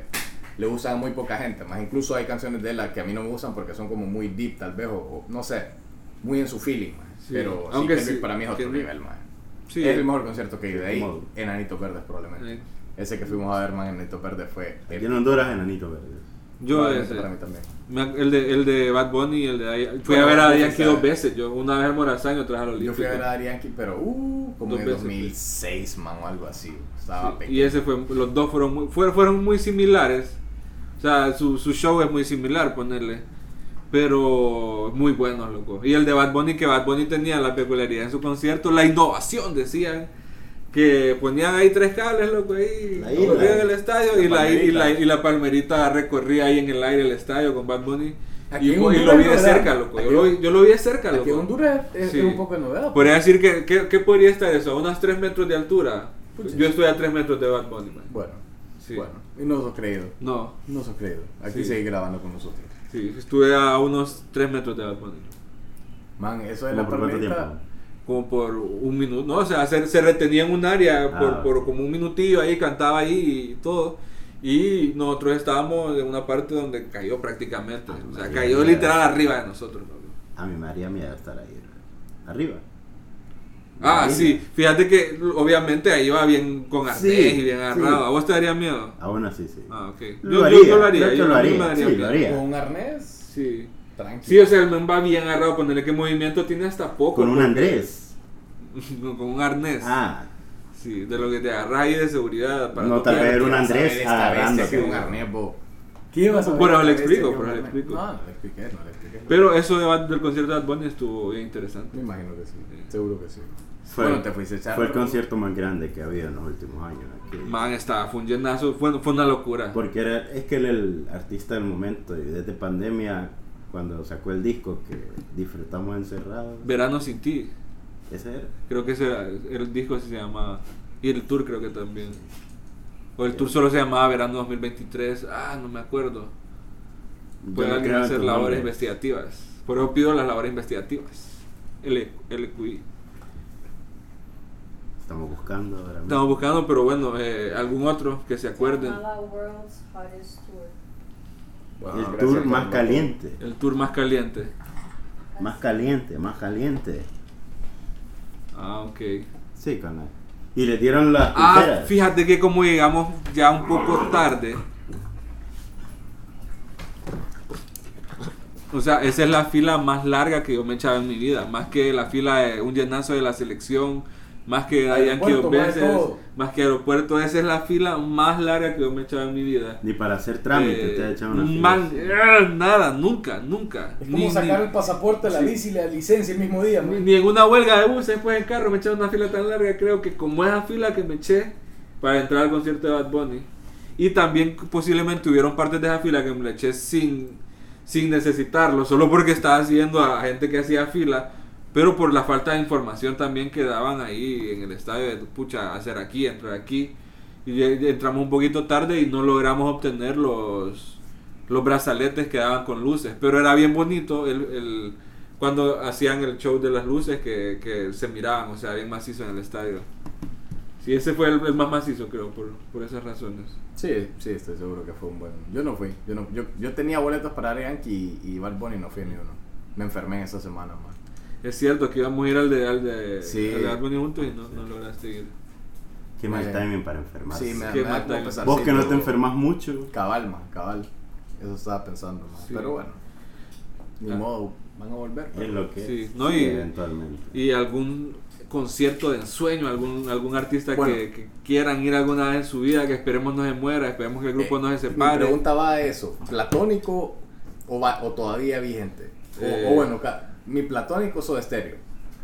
Speaker 1: le usan a muy poca gente. Más incluso hay canciones de él que a mí no me gustan porque son como muy deep, tal vez, o, o no sé, muy en su feeling, maje.
Speaker 5: Sí,
Speaker 1: Pero sí,
Speaker 5: aunque
Speaker 1: Kendrick
Speaker 5: sí,
Speaker 1: para mí es otro
Speaker 5: Kendrick-
Speaker 1: nivel, maje.
Speaker 5: Sí.
Speaker 1: Es el mejor concierto que he ido. De
Speaker 3: Modo.
Speaker 1: ahí, Enanitos Verdes, probablemente.
Speaker 5: Eh,
Speaker 1: Ese que fuimos a ver, man, Enanitos Verdes fue.
Speaker 3: Aquí en Honduras, enanito verde.
Speaker 5: Yo
Speaker 1: Probablemente
Speaker 5: ese.
Speaker 1: Para mí también.
Speaker 5: Me ac- El de, el de Bad Bunny y el de Daddy- Fui a
Speaker 1: Bueno,
Speaker 5: ver a
Speaker 1: sí,
Speaker 5: Daddy Yankee
Speaker 1: sí.
Speaker 5: dos veces. Yo una vez al Morazán y otra vez al Olímpico.
Speaker 1: Yo fui a ver a Daddy Yankee, pero uh, como
Speaker 5: Dos
Speaker 1: en el
Speaker 5: veces,
Speaker 1: 2006, man, o algo así. Estaba
Speaker 5: Sí,
Speaker 1: pequeño.
Speaker 5: Y ese fue, los dos fueron muy, fueron, fueron muy similares. O sea, su, su show es muy similar, ponerle. Pero muy buenos, loco. Y el de Bad Bunny, que Bad Bunny tenía la peculiaridad en su concierto, la innovación, decían. Que ponían ahí tres cables, loco, ahí.
Speaker 3: La isla.
Speaker 5: corrían el estadio y la, y, la,
Speaker 3: palmerita.
Speaker 5: y la palmerita recorría ahí en el aire el estadio con Bad Bunny.
Speaker 1: Aquí
Speaker 5: Y,
Speaker 1: en
Speaker 5: y lo
Speaker 1: Honduras,
Speaker 5: vi de
Speaker 1: ¿verdad?
Speaker 5: cerca, loco. Yo
Speaker 1: Aquí-
Speaker 5: lo, vi- yo lo vi de cerca, loco.
Speaker 1: Aquí en Honduras es,
Speaker 5: Sí.
Speaker 1: es
Speaker 5: Pues,
Speaker 1: un poco de novedad.
Speaker 5: Podría decir que, que, que podría estar eso, a unos 3 metros de altura. Yo estoy a 3 metros de Bad Bunny, man.
Speaker 1: Bueno,
Speaker 5: Sí.
Speaker 1: bueno. Y no sos creído.
Speaker 5: No,
Speaker 1: No sos creído. Aquí
Speaker 5: Sí.
Speaker 1: seguí grabando con nosotros.
Speaker 5: sí, estuve a unos 3 metros de Bad Bunny.
Speaker 1: Man, eso de
Speaker 3: ¿Cómo
Speaker 1: la
Speaker 3: por cuánto
Speaker 1: palmerita.
Speaker 3: tiempo?
Speaker 5: Como por un minuto, no, o sea, se, se retenía en un área
Speaker 3: Ah,
Speaker 5: por, por
Speaker 3: ok.
Speaker 5: como un minutillo ahí, cantaba ahí y todo. Y nosotros estábamos en una parte donde cayó prácticamente.
Speaker 3: Ah,
Speaker 5: o sea,
Speaker 3: madre
Speaker 5: cayó
Speaker 3: mía.
Speaker 5: literal arriba de nosotros. loco.
Speaker 3: A mi María me haría miedo estar ahí. eh. Arriba.
Speaker 5: Ah,
Speaker 3: Ahí.
Speaker 5: sí, fíjate que obviamente ahí va bien con artes
Speaker 3: Sí,
Speaker 5: y bien
Speaker 3: sí.
Speaker 5: agarrado. ¿A vos te daría miedo?
Speaker 3: Aún así, sí.
Speaker 5: Ah, ok.
Speaker 3: Lo
Speaker 5: Yo, yo-
Speaker 3: haría,
Speaker 5: yo lo haría.
Speaker 3: creo que
Speaker 5: yo-
Speaker 3: lo
Speaker 5: a mí
Speaker 3: haría,
Speaker 5: me daría
Speaker 3: sí, lo
Speaker 5: miedo.
Speaker 3: haría.
Speaker 1: Con un arnés.
Speaker 5: Sí.
Speaker 1: Tranquilo.
Speaker 5: Sí, o sea, el men va bien agarrado, ponerle que movimiento tiene hasta poco.
Speaker 3: Con un
Speaker 5: porque-
Speaker 3: Andrés.
Speaker 5: No, con un arnés.
Speaker 3: Ah,
Speaker 5: Sí, de lo que te agarras ahí de seguridad. Para
Speaker 3: No, tal
Speaker 5: quedarte.
Speaker 3: vez era un
Speaker 1: Vas a ver
Speaker 3: Andrés
Speaker 1: esta bestia
Speaker 3: agarrándote.
Speaker 1: que es un arnés, bo. ¿Qué ibas a ver?
Speaker 5: Bueno,
Speaker 1: esta
Speaker 5: le
Speaker 1: bestia
Speaker 5: explico,
Speaker 1: que es un
Speaker 5: pero le
Speaker 1: arnés?
Speaker 5: explico.
Speaker 1: No, no le expliqué, no le expliqué.
Speaker 5: Pero eso de Bad- del concierto de Bad Bunny estuvo bien interesante.
Speaker 1: Me imagino que sí. Seguro que sí.
Speaker 3: Fue-
Speaker 1: bueno, te fuiste echar.
Speaker 3: fue el concierto más grande que ha habido en los últimos años aquí.
Speaker 5: Man, estaba, fue un llenazo, fue, fue una locura.
Speaker 3: Porque era, es que él era el artista del momento y desde pandemia, cuando sacó el disco que disfrutamos encerrados,
Speaker 5: Verano sin ti.
Speaker 3: ese era.
Speaker 5: Creo que ese era- el disco así se llama. Y el tour creo que también. O el tour solo se llamaba Verano 2023. Ah, no me acuerdo.
Speaker 3: Yo
Speaker 5: Pueden
Speaker 3: no
Speaker 5: alguien
Speaker 3: creo en
Speaker 5: hacer
Speaker 3: tu
Speaker 5: labores
Speaker 3: nombre.
Speaker 5: investigativas. Por eso pido las labores investigativas. L, LQI.
Speaker 3: Estamos buscando ahora mismo.
Speaker 5: Estamos buscando, pero bueno, eh, algún otro que se acuerden.
Speaker 6: llamaba World's Hottest Tour.
Speaker 1: Bueno,
Speaker 3: El
Speaker 1: Ah, gracias,
Speaker 3: tour
Speaker 1: Carlos.
Speaker 3: más caliente,
Speaker 5: El tour más caliente.
Speaker 3: más caliente, más caliente.
Speaker 5: Ah, ok.
Speaker 3: Sí, canal. Y le dieron las
Speaker 5: Ah,
Speaker 3: pulseras.
Speaker 5: fíjate que como llegamos ya un poco tarde. O sea, esa es la fila más larga que yo me he echado en mi vida. Más que la fila de un llenazo de la selección. Más que hayan que dos
Speaker 1: Aeropuerto, más
Speaker 5: veces.
Speaker 1: todo.
Speaker 5: Más que aeropuerto. Esa es la fila más larga que yo me he echado en mi vida.
Speaker 3: Ni para hacer trámite
Speaker 5: Eh,
Speaker 3: te ha echado una
Speaker 5: man-
Speaker 3: fila.
Speaker 5: eh, nada, nunca, nunca.
Speaker 1: Es
Speaker 5: Ni-
Speaker 1: como
Speaker 5: ni-
Speaker 1: sacar el pasaporte, la
Speaker 5: sí.
Speaker 1: bici y la licencia el mismo día,
Speaker 5: Ni,
Speaker 1: man.
Speaker 5: ni en una huelga de buses fue en carro me echaron una fila tan larga. Creo que como esa fila que me eché para entrar al concierto de Bad Bunny. Y también posiblemente hubieron partes de esa fila que me la eché sin, sin necesitarlo, solo porque estaba siguiendo a gente que hacía fila. Pero por la falta de información también que daban ahí en el estadio de pucha, hacer aquí, entrar aquí. Y ya- ya entramos un poquito tarde y no logramos obtener los, los brazaletes que daban con luces. Pero era bien bonito el, el- cuando hacían el show de las luces que, que se miraban, o sea, bien macizo en el estadio. Sí, ese fue el, el más macizo, creo, por, por esas razones.
Speaker 1: Sí, sí, estoy seguro que fue un buen. Yo no fui. Yo, no, yo, yo tenía boletos para Daddy Yankee y, y Bad Bunny no fui ni uno. Me enfermé en esa semana, man.
Speaker 5: Es cierto que íbamos a ir al de, al de,
Speaker 1: Sí.
Speaker 5: al de Bad Bunny juntos y no, no lograste ir.
Speaker 3: Qué mal
Speaker 1: Eh,
Speaker 3: timing para enfermarse.
Speaker 1: Sí, me, me
Speaker 5: Qué
Speaker 1: da
Speaker 5: mal
Speaker 1: como
Speaker 5: timing.
Speaker 1: pesar,
Speaker 3: Vos
Speaker 1: sí,
Speaker 3: que no
Speaker 1: pero-
Speaker 3: te enfermas mucho.
Speaker 1: Cabal, man, cabal. Eso estaba pensando, man.
Speaker 5: Sí.
Speaker 1: Pero bueno. Ni
Speaker 5: Ah.
Speaker 1: modo, van a volver.
Speaker 3: Es
Speaker 1: pero-
Speaker 3: lo que
Speaker 5: Sí,
Speaker 3: es,
Speaker 5: no,
Speaker 3: sí,
Speaker 5: y-
Speaker 3: eventualmente.
Speaker 5: ¿Y algún concierto de ensueño, algún, algún artista
Speaker 1: Bueno.
Speaker 5: que, que quieran ir alguna vez en su vida, que esperemos no se muera, esperemos que el grupo
Speaker 1: Eh,
Speaker 5: no se
Speaker 1: Mi
Speaker 5: separe?
Speaker 1: pregunta va a eso: ¿platónico o, va- o todavía vigente? O,
Speaker 5: Eh.
Speaker 1: o bueno, ca- mi platónico o estéreo.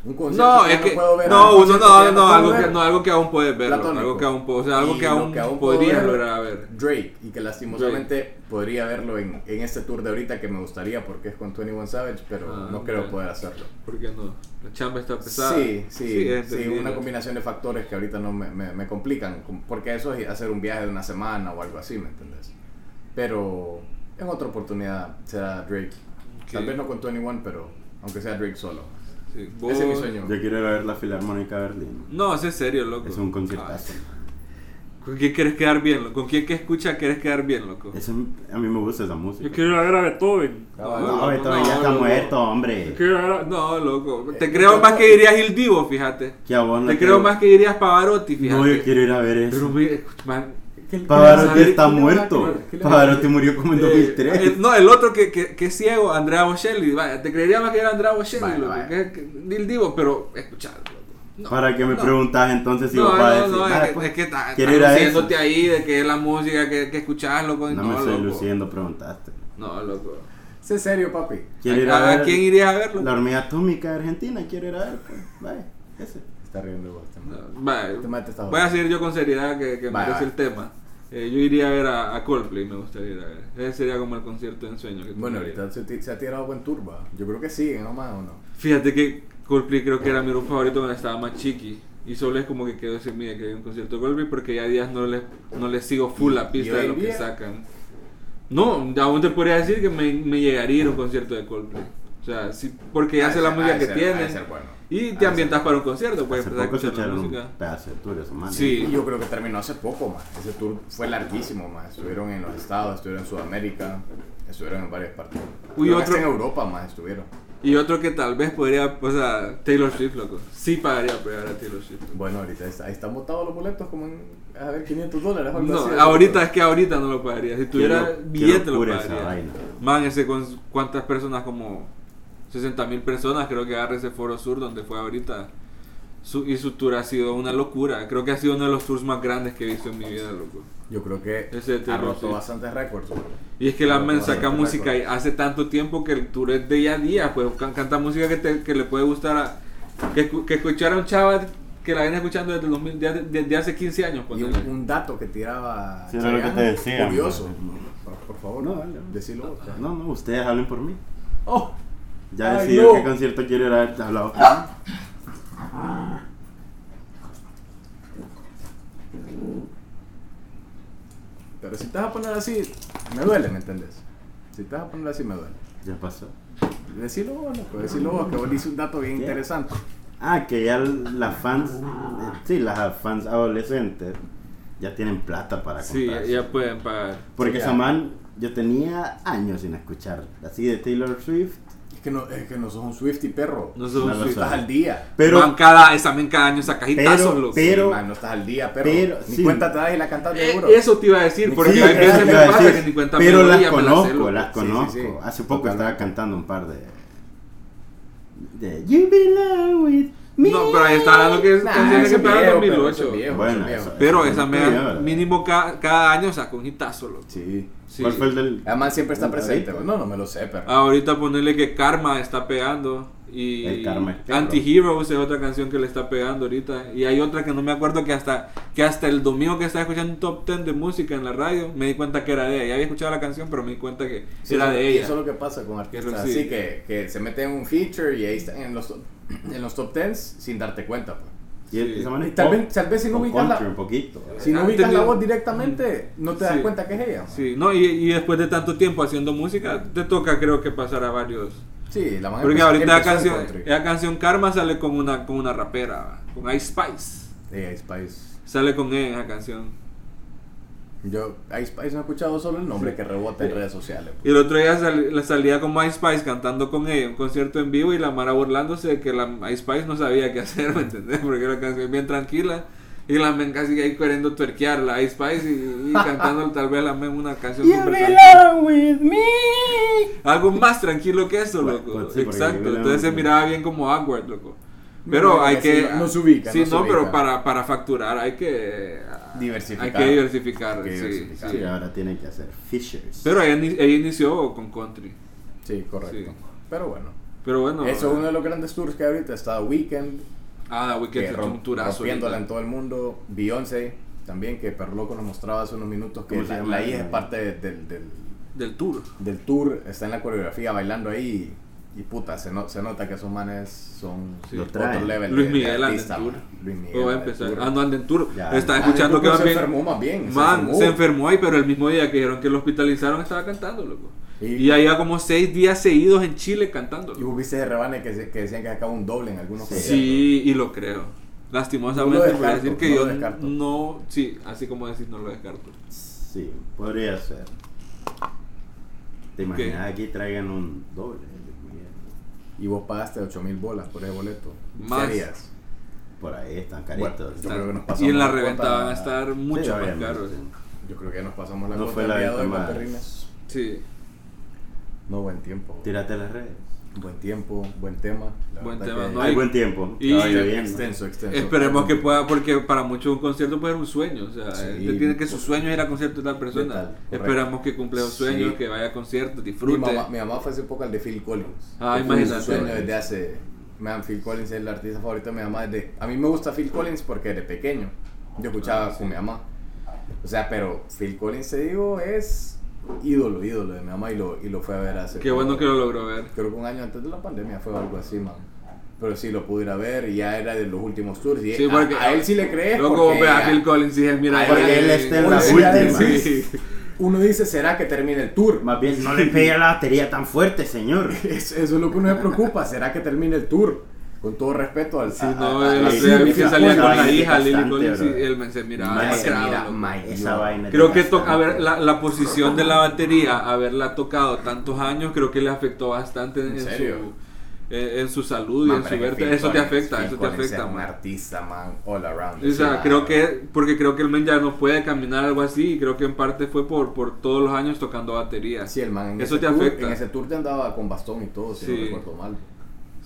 Speaker 1: Un concierto
Speaker 5: No,
Speaker 1: que
Speaker 5: es
Speaker 1: no
Speaker 5: que.
Speaker 1: puedo ver.
Speaker 5: No,
Speaker 1: un
Speaker 5: uno
Speaker 1: concierto
Speaker 5: no,
Speaker 1: que
Speaker 5: no,
Speaker 1: puedo
Speaker 5: algo
Speaker 1: ver.
Speaker 5: que, no, algo que aún puedes verlo.
Speaker 1: Platónico.
Speaker 5: Algo que aún, po- o sea, algo
Speaker 1: Y
Speaker 5: que
Speaker 1: lo
Speaker 5: aún,
Speaker 1: puedo
Speaker 5: podrías
Speaker 1: ver,
Speaker 5: lograr ver.
Speaker 1: Drake, y que lastimosamente podría verlo en, en este tour de ahorita que me gustaría porque es con 21 Savage, pero
Speaker 5: Ah,
Speaker 1: no creo
Speaker 5: ok.
Speaker 1: poder hacerlo.
Speaker 5: ¿Por qué no? La chamba está pesada.
Speaker 1: Sí, sí, sí,
Speaker 5: entendible.
Speaker 1: una combinación de factores que ahorita no me, me- me complican, com- porque eso es hacer un viaje de una semana o algo así, ¿me entendés? Pero en otra oportunidad será Drake. Tal
Speaker 5: Ok.
Speaker 1: vez no con 21, pero aunque sea Drake solo.
Speaker 5: Sí, vos-
Speaker 1: Ese es mi sueño.
Speaker 3: Yo quiero ir a ver la Filarmónica de Berlín.
Speaker 5: No, ese es serio, loco.
Speaker 3: Es un conciertazo.
Speaker 5: Ah, ¿Con quién quieres quedar bien, loco? ¿Con quién que escucha quieres quedar bien, loco?
Speaker 3: Eso- a mí me gusta esa música.
Speaker 2: Yo quiero ir a ver a Beethoven.
Speaker 3: No,
Speaker 5: loco,
Speaker 3: Beethoven ya
Speaker 5: no,
Speaker 3: está
Speaker 5: loco.
Speaker 3: muerto, hombre.
Speaker 2: Yo quiero ir a ver a-
Speaker 5: No, loco. Te
Speaker 1: Eh,
Speaker 5: creo
Speaker 1: no.
Speaker 5: más que dirías Il Divo, fíjate.
Speaker 3: Que a vos no
Speaker 5: Te
Speaker 3: te-
Speaker 5: creo más que dirías Pavarotti, fíjate.
Speaker 3: No, yo quiero ir a ver
Speaker 5: Pero,
Speaker 3: eso.
Speaker 5: güey, man,
Speaker 3: Pavarotti
Speaker 5: ¿Sabe
Speaker 3: está
Speaker 5: quién le va a
Speaker 3: muerto.
Speaker 5: creer? ¿Qué le va a
Speaker 3: Pavarotti murió como en
Speaker 5: eh,
Speaker 3: 2003.
Speaker 5: eh, no, el otro que, que, que es ciego, Andrea Bocelli. Vaya, te creería más que era Andrea Bocelli,
Speaker 1: Vaya,
Speaker 5: loco.
Speaker 1: vaya.
Speaker 5: Que, que- Il Divo, pero escuchad, loco. No,
Speaker 3: ¿Para qué me
Speaker 5: no.
Speaker 3: preguntas entonces si
Speaker 5: No,
Speaker 3: vos vas a
Speaker 5: no,
Speaker 3: decir?
Speaker 5: no,
Speaker 3: "Ah,
Speaker 5: es que,
Speaker 3: pues,
Speaker 5: es que ta-
Speaker 3: quiero
Speaker 5: estás
Speaker 3: ir a
Speaker 5: luciéndote
Speaker 3: eso"?
Speaker 5: ahí de que es la música que, que escuchás, loco. y
Speaker 3: No
Speaker 5: No,
Speaker 3: me estoy
Speaker 5: loco.
Speaker 3: luciendo, preguntaste.
Speaker 5: No, loco.
Speaker 1: Sé serio, papi.
Speaker 3: Quiero ir
Speaker 5: ¿A,
Speaker 3: a ver
Speaker 5: quién irías a verlo?
Speaker 3: la hormiga atómica de Argentina. Quiero ir a ver, pues. Vaya, ese.
Speaker 1: Está riendo vos, te
Speaker 5: No,
Speaker 1: mato.
Speaker 5: vaya,
Speaker 1: Te mato, Este está
Speaker 5: voy a
Speaker 1: jodido.
Speaker 5: seguir yo con seriedad que, que
Speaker 1: Vaya,
Speaker 5: merece el
Speaker 1: vaya.
Speaker 5: tema. Eh, yo iría a ver a, a Coldplay, me gustaría ir a ver. Ese sería como el concierto de ensueño. que
Speaker 1: Bueno,
Speaker 5: tendría.
Speaker 1: ahorita se, ti- se ha tirado buen turba. Yo creo que siguen, ¿no más o no?
Speaker 5: Fíjate que Coldplay creo que era mi grupo favorito cuando estaba más chiqui. Y solo es como que quedó ese mía que hay un concierto de Coldplay porque ya días no les no les sigo full la
Speaker 1: ¿Y
Speaker 5: pista
Speaker 1: hoy
Speaker 5: de lo
Speaker 1: en
Speaker 5: que
Speaker 1: día?
Speaker 5: sacan. No, ya aún te podría decir que me, me llegaría a ir a un concierto de Coldplay. O sea, sí, porque ya sé la
Speaker 1: Ha de
Speaker 5: música que
Speaker 1: ser- ha de ser- ha de
Speaker 5: tienen.
Speaker 1: ser bueno.
Speaker 5: Y
Speaker 1: Ha
Speaker 5: te
Speaker 1: de
Speaker 5: ambientas para un concierto, puedes
Speaker 3: Hace
Speaker 5: empezar a
Speaker 3: poco se
Speaker 5: escuchar Pues, la
Speaker 3: echaron un
Speaker 5: música.
Speaker 3: pedazo de tour esa madre.
Speaker 5: Sí.
Speaker 1: Y yo creo que terminó hace poco, más. Ese tour fue larguísimo, más. Estuvieron en los estados, estuvieron en Sudamérica, estuvieron en varias partes.
Speaker 5: Uy,
Speaker 1: Creo que
Speaker 5: otro-
Speaker 1: hasta en Europa, más estuvieron.
Speaker 5: Y otro que tal vez podría, o sea, Taylor Swift, loco. Sí pagaría por ir a ver a Taylor Swift.
Speaker 1: Bueno, ahorita está- ahí están botados los boletos como en, a ver, 500 dólares. algo
Speaker 5: No,
Speaker 1: así.
Speaker 5: ahorita es que ahorita no lo pagaría. Si tuviera
Speaker 3: Qué lo-
Speaker 5: billete
Speaker 3: qué
Speaker 5: lo
Speaker 3: locura esa
Speaker 5: pagaría.
Speaker 3: vaina.
Speaker 5: Man, ese con cuántas personas, como 60 mil personas, creo que agarra ese foro sur donde fue ahorita. Su- y su tour ha sido una locura. Creo que ha sido uno de los tours más grandes que he visto en mi vida, loco.
Speaker 1: Yo creo que
Speaker 5: Ese de
Speaker 1: ha
Speaker 5: Taylor
Speaker 1: roto
Speaker 5: Swift.
Speaker 1: bastantes récords. güey.
Speaker 5: Y es que la
Speaker 1: Pero
Speaker 5: men
Speaker 1: bueno,
Speaker 5: saca
Speaker 1: te
Speaker 5: música y
Speaker 1: recuerdo.
Speaker 5: hace tanto tiempo que el tour es de día a día, pues can- canta música que, te- que le puede gustar a... Que, escu- que escuchara un chava que la viene escuchando desde, el 2000, de- de- desde hace 15 años.
Speaker 1: Y un,
Speaker 5: ponele.
Speaker 1: un dato que tiraba.
Speaker 3: Sí, era lo que
Speaker 1: Chayanne,
Speaker 3: te decía,
Speaker 1: Curioso.
Speaker 3: man.
Speaker 1: Por, por favor,
Speaker 3: No, dale, dale.
Speaker 1: decilo. vos. pues,
Speaker 3: No, no, ustedes hablen por mí.
Speaker 1: Oh,
Speaker 3: Ya he
Speaker 1: Ay,
Speaker 3: decidido
Speaker 1: no.
Speaker 3: qué concierto quiero ir a ver. Hablado.
Speaker 1: pero si te vas a poner así, me duele, ¿me entendés? Si te vas a poner así, me duele.
Speaker 3: Ya pasó.
Speaker 1: Decilo vos, loco, decilo vos, que vos le hice un dato bien
Speaker 3: ¿Qué?
Speaker 1: interesante.
Speaker 3: Ah, que ya las fans, eh, sí, las fans adolescentes ya tienen plata para
Speaker 5: Sí,
Speaker 3: comprar.
Speaker 5: ya pueden pagar.
Speaker 3: Porque
Speaker 1: Sí, ya.
Speaker 3: esa man, yo tenía años sin escuchar así de Taylor Swift.
Speaker 1: Es que no, es que no sos un Swifty, perro.
Speaker 5: No sos un
Speaker 1: No
Speaker 5: Swiftie.
Speaker 1: estás al día.
Speaker 3: Pero,
Speaker 5: Man, cada, esa men cada año saca
Speaker 3: Pero-
Speaker 5: hitazos, loco.
Speaker 3: pero-
Speaker 1: Sí, man, no estás al día, perro.
Speaker 3: pero-
Speaker 1: Ni
Speaker 3: sí.
Speaker 1: cuenta te das y la cantas de
Speaker 5: Eh,
Speaker 1: seguro.
Speaker 5: eso te iba a decir, porque
Speaker 3: sí,
Speaker 5: hay
Speaker 3: eso
Speaker 5: veces
Speaker 3: te
Speaker 5: me
Speaker 3: iba a
Speaker 5: pasa
Speaker 3: decir,
Speaker 5: que ni cuenta
Speaker 3: pero las
Speaker 5: melodía me la sé,
Speaker 3: conozco,
Speaker 5: loco.
Speaker 3: las
Speaker 1: Sí, sí,
Speaker 3: conozco.
Speaker 1: sí.
Speaker 3: Hace poco
Speaker 1: Totalmente.
Speaker 3: estaba cantando un par de... de You belong with me.
Speaker 5: No, pero ahí está hablando que es
Speaker 1: Nah,
Speaker 5: canciones
Speaker 1: eso
Speaker 5: que
Speaker 1: es
Speaker 5: pegaron en
Speaker 1: viejo, pero eso
Speaker 5: 2008.
Speaker 1: es viejo,
Speaker 3: Bueno,
Speaker 1: eso es
Speaker 3: eso-
Speaker 1: viejo.
Speaker 5: Pero esa
Speaker 3: Sí,
Speaker 5: mea
Speaker 3: ahora.
Speaker 5: mínimo ca- cada año saca un hitazo, loco.
Speaker 1: Sí.
Speaker 5: Sí. Ah,
Speaker 3: ¿Cuál fue el del...?
Speaker 1: Además siempre está
Speaker 3: el
Speaker 1: presente.
Speaker 3: ahorita?
Speaker 1: güey. No, no me lo sé, perro.
Speaker 5: Ahorita ponerle que Karma está pegando y
Speaker 3: El Karma es perro.
Speaker 5: Anti-Heroes es otra canción que le está pegando ahorita y hay otra que no me acuerdo que hasta que hasta el domingo que estaba escuchando un top 10 de música en la radio me di cuenta que era de ella. Ya había escuchado la canción, pero me di cuenta que
Speaker 1: Sí,
Speaker 5: era
Speaker 1: eso-
Speaker 5: de
Speaker 1: y
Speaker 5: ella.
Speaker 1: Eso es lo que pasa con artistas
Speaker 5: Sí.
Speaker 1: así que, que se meten en un feature y ahí están en los, en los top 10 sin darte cuenta. pues.
Speaker 3: Y el-
Speaker 5: Sí.
Speaker 3: esa man es
Speaker 1: Y tal
Speaker 3: pop
Speaker 1: vez- tal vez si no
Speaker 3: con
Speaker 1: ubicas la-
Speaker 3: country un poquito.
Speaker 1: Si no
Speaker 5: Ah,
Speaker 1: ubicas la
Speaker 5: entendido.
Speaker 1: voz directamente, no te das
Speaker 5: Sí.
Speaker 1: cuenta que es ella. pues. man. Sí,
Speaker 5: Sí, no, y, y después de tanto tiempo haciendo música, te toca creo que pasar a varios.
Speaker 1: la man
Speaker 5: Porque
Speaker 1: pues, empezó-
Speaker 5: ahorita la
Speaker 1: empezó en
Speaker 5: canción,
Speaker 1: country.
Speaker 5: la canción Karma sale con una, con una rapera, con Ice Spice.
Speaker 1: Sí, Ice Spice.
Speaker 5: Sale con él esa canción.
Speaker 1: Yo, Ice Spice no he escuchado solo el nombre que rebota en redes sociales. pues.
Speaker 5: Y el otro día sal- la salía con Ice Spice cantando con ella, un concierto en vivo y la Mara burlándose de que la Ice Spice no sabía qué hacer, ¿me entendés? Porque era una canción bien tranquila. Y la men casi ahí queriendo twerkear la Ice Spice y, y cantando tal vez la men una canción
Speaker 4: You
Speaker 5: súper
Speaker 4: belong with me.
Speaker 5: Algo más tranquilo que eso,
Speaker 3: Bueno,
Speaker 5: loco.
Speaker 3: pues sí, porque
Speaker 5: Exacto.
Speaker 3: viene la
Speaker 5: Entonces se
Speaker 3: música.
Speaker 5: miraba bien como awkward, loco.
Speaker 1: No,
Speaker 5: Pero
Speaker 1: no,
Speaker 5: hay
Speaker 1: sí,
Speaker 5: que.
Speaker 1: no se ubica,
Speaker 5: Sí,
Speaker 1: no se
Speaker 5: no, pero
Speaker 1: ubica.
Speaker 5: para, para facturar hay que. ah,
Speaker 1: Diversificar.
Speaker 5: Hay que diversificar,
Speaker 1: Hay que
Speaker 5: sí,
Speaker 1: diversificar.
Speaker 5: sí.
Speaker 3: Sí, ahora tienen que hacer Fishers.
Speaker 5: Pero ella, ini- ella inició con country.
Speaker 1: Sí, correcto.
Speaker 5: Sí. eh.
Speaker 1: Pero bueno.
Speaker 5: Pero bueno.
Speaker 1: Eso es uno de los grandes tours que ahorita está Weekend,
Speaker 5: Ah, Wicked
Speaker 1: que
Speaker 5: es
Speaker 1: rom-
Speaker 5: un turazo.
Speaker 1: rompiéndola
Speaker 5: ahorita.
Speaker 1: en todo el mundo. Beyoncé también, que Perloco nos mostraba hace unos minutos que
Speaker 3: ¿Cómo se
Speaker 1: la,
Speaker 3: llama?
Speaker 1: la hija es parte de- del, del,
Speaker 5: Del tour.
Speaker 1: del tour, está en la coreografía bailando ahí y, y puta, se, no- se nota que esos manes son
Speaker 5: Sí.
Speaker 3: Lo
Speaker 1: otro
Speaker 3: traen.
Speaker 1: level.
Speaker 5: Luis
Speaker 1: de- de
Speaker 5: Miguel anda en
Speaker 1: artista,
Speaker 5: tour.
Speaker 1: man. Luis Miguel.
Speaker 5: O va a
Speaker 1: anda en
Speaker 5: empezar.
Speaker 1: tour.
Speaker 5: Ah, no anda en tour.
Speaker 3: Ya.
Speaker 5: Estaba
Speaker 1: Ah,
Speaker 5: escuchando
Speaker 1: yo
Speaker 5: que
Speaker 1: creo
Speaker 5: más bien.
Speaker 1: Se enfermó más bien.
Speaker 5: Man, se
Speaker 1: enfermó.
Speaker 5: enfermó ahí, pero el mismo día que dijeron que lo hospitalizaron estaba cantando, loco.
Speaker 1: Y-
Speaker 5: Y ya lleva como seis días seguidos en Chile cantando.
Speaker 1: Y hubiese de rebane que, se- que decían que sacaba un doble en algunos
Speaker 5: Sí, y lo creo. Lastimosamente,
Speaker 1: No lo
Speaker 5: voy a
Speaker 1: descarto,
Speaker 5: decir que
Speaker 1: no
Speaker 5: yo
Speaker 1: lo descarto.
Speaker 5: no. Sí, así como decís, no lo descarto.
Speaker 3: Sí, podría ser. ¿Te imaginas aquí traigan un doble?
Speaker 1: Y vos pagaste 8 mil bolas por ese boleto.
Speaker 5: Más.
Speaker 1: Serías.
Speaker 3: Por ahí están
Speaker 1: Bueno,
Speaker 3: caritos.
Speaker 1: yo creo que nos pasamos
Speaker 5: Y en la
Speaker 1: la
Speaker 5: reventa
Speaker 1: cuota-
Speaker 5: van a estar mucho
Speaker 3: Sí,
Speaker 5: más
Speaker 3: obviamente.
Speaker 5: caros.
Speaker 1: Yo creo que nos pasamos la
Speaker 3: No
Speaker 1: cuota
Speaker 3: fue
Speaker 1: el
Speaker 3: la
Speaker 1: día de
Speaker 3: venta
Speaker 1: hoy,
Speaker 3: más.
Speaker 1: Caterina.
Speaker 5: Sí,
Speaker 1: No, buen tiempo.
Speaker 3: Tírate las redes.
Speaker 1: Buen tiempo, buen tema. la
Speaker 5: Buen
Speaker 1: verdad
Speaker 5: tema,
Speaker 1: que-
Speaker 5: No
Speaker 3: Hay
Speaker 5: hay-
Speaker 3: buen tiempo.
Speaker 5: y-
Speaker 3: Estaba lloviendo.
Speaker 1: Extenso, extenso.
Speaker 5: esperemos que pueda, porque para muchos un concierto puede ser un sueño. O sea,
Speaker 1: Sí,
Speaker 5: él tiene que su
Speaker 1: por-
Speaker 5: sueño es ir a concierto de tal persona.
Speaker 1: tal, correcto.
Speaker 5: Esperamos que cumpla un sueño,
Speaker 1: Sí.
Speaker 5: que vaya a conciertos,
Speaker 1: Mi
Speaker 5: disfrute.
Speaker 1: mamá, mi mamá fue hace poco al de Phil Collins.
Speaker 5: Ah,
Speaker 1: Que fue su
Speaker 5: imagínate.
Speaker 1: sueño desde hace. Man, Phil Collins es el artista favorito de mi mamá. Desde, a mí me gusta Phil Collins porque de pequeño yo escuchaba
Speaker 5: Ah,
Speaker 1: con mi mamá. O sea, pero Phil Collins, te digo, es ídolo, ídolo de mi mamá y lo, y lo fue a ver hace.
Speaker 5: Qué bueno
Speaker 1: poco.
Speaker 5: que lo logró ver.
Speaker 1: Creo que un año antes de la pandemia fue algo así, man. Pero sí lo pude ir a ver y ya era de los últimos tours. Y
Speaker 5: Sí,
Speaker 1: a-
Speaker 5: porque-
Speaker 1: a, él sí le crees.
Speaker 5: Luego
Speaker 1: porque
Speaker 5: ve a Phil Collins y dices, mira,
Speaker 1: Ahí
Speaker 5: vaya,
Speaker 1: él
Speaker 5: eh,
Speaker 3: está en
Speaker 5: uy,
Speaker 3: la
Speaker 5: sí,
Speaker 3: última.
Speaker 5: sí.
Speaker 1: Uno dice, ¿será que termine el tour?
Speaker 3: Más bien, no le pegue a la batería tan fuerte, señor.
Speaker 1: Es- eso es lo que uno me preocupa. ¿Será que termine el tour? Con todo respeto al
Speaker 5: Sí, no,
Speaker 1: a-
Speaker 5: el
Speaker 1: a-
Speaker 5: otro
Speaker 1: sí,
Speaker 5: día
Speaker 1: mi
Speaker 5: vi que
Speaker 1: hija,
Speaker 5: salía
Speaker 1: bueno,
Speaker 5: con la
Speaker 3: bastante,
Speaker 5: hija, Lily Collins, y
Speaker 3: bro.
Speaker 5: él me- se miraba
Speaker 1: Mae, se
Speaker 5: demacrado,
Speaker 1: mira,
Speaker 5: loco.
Speaker 1: mae,
Speaker 3: Esa
Speaker 1: yo-
Speaker 3: vaina.
Speaker 5: Creo que to-
Speaker 3: toca
Speaker 5: a ver, la, la posición de la batería, haberla tocado tantos años, creo que le afectó bastante en,
Speaker 1: ¿En
Speaker 5: en
Speaker 1: serio?
Speaker 5: su, eh, en su salud y
Speaker 1: Man,
Speaker 5: en
Speaker 1: pero
Speaker 5: su
Speaker 1: es que
Speaker 5: verte.
Speaker 1: Phil
Speaker 5: Eso te
Speaker 1: Collins-
Speaker 5: afecta,
Speaker 1: Phil
Speaker 5: eso te
Speaker 1: Collins
Speaker 5: afecta.
Speaker 1: Es un
Speaker 5: man.
Speaker 1: artista, man, all around.
Speaker 5: O sea,
Speaker 1: Sí, ah.
Speaker 5: creo
Speaker 1: man.
Speaker 5: que, porque creo que el men ya no puede caminar algo así, y creo que en parte fue por, por todos los años tocando batería.
Speaker 1: Sí, el man en
Speaker 5: Eso
Speaker 1: ese
Speaker 5: te
Speaker 1: tour-
Speaker 5: afecta.
Speaker 1: En ese tour te andaba con bastón y todo, si
Speaker 5: Sí.
Speaker 1: no recuerdo mal.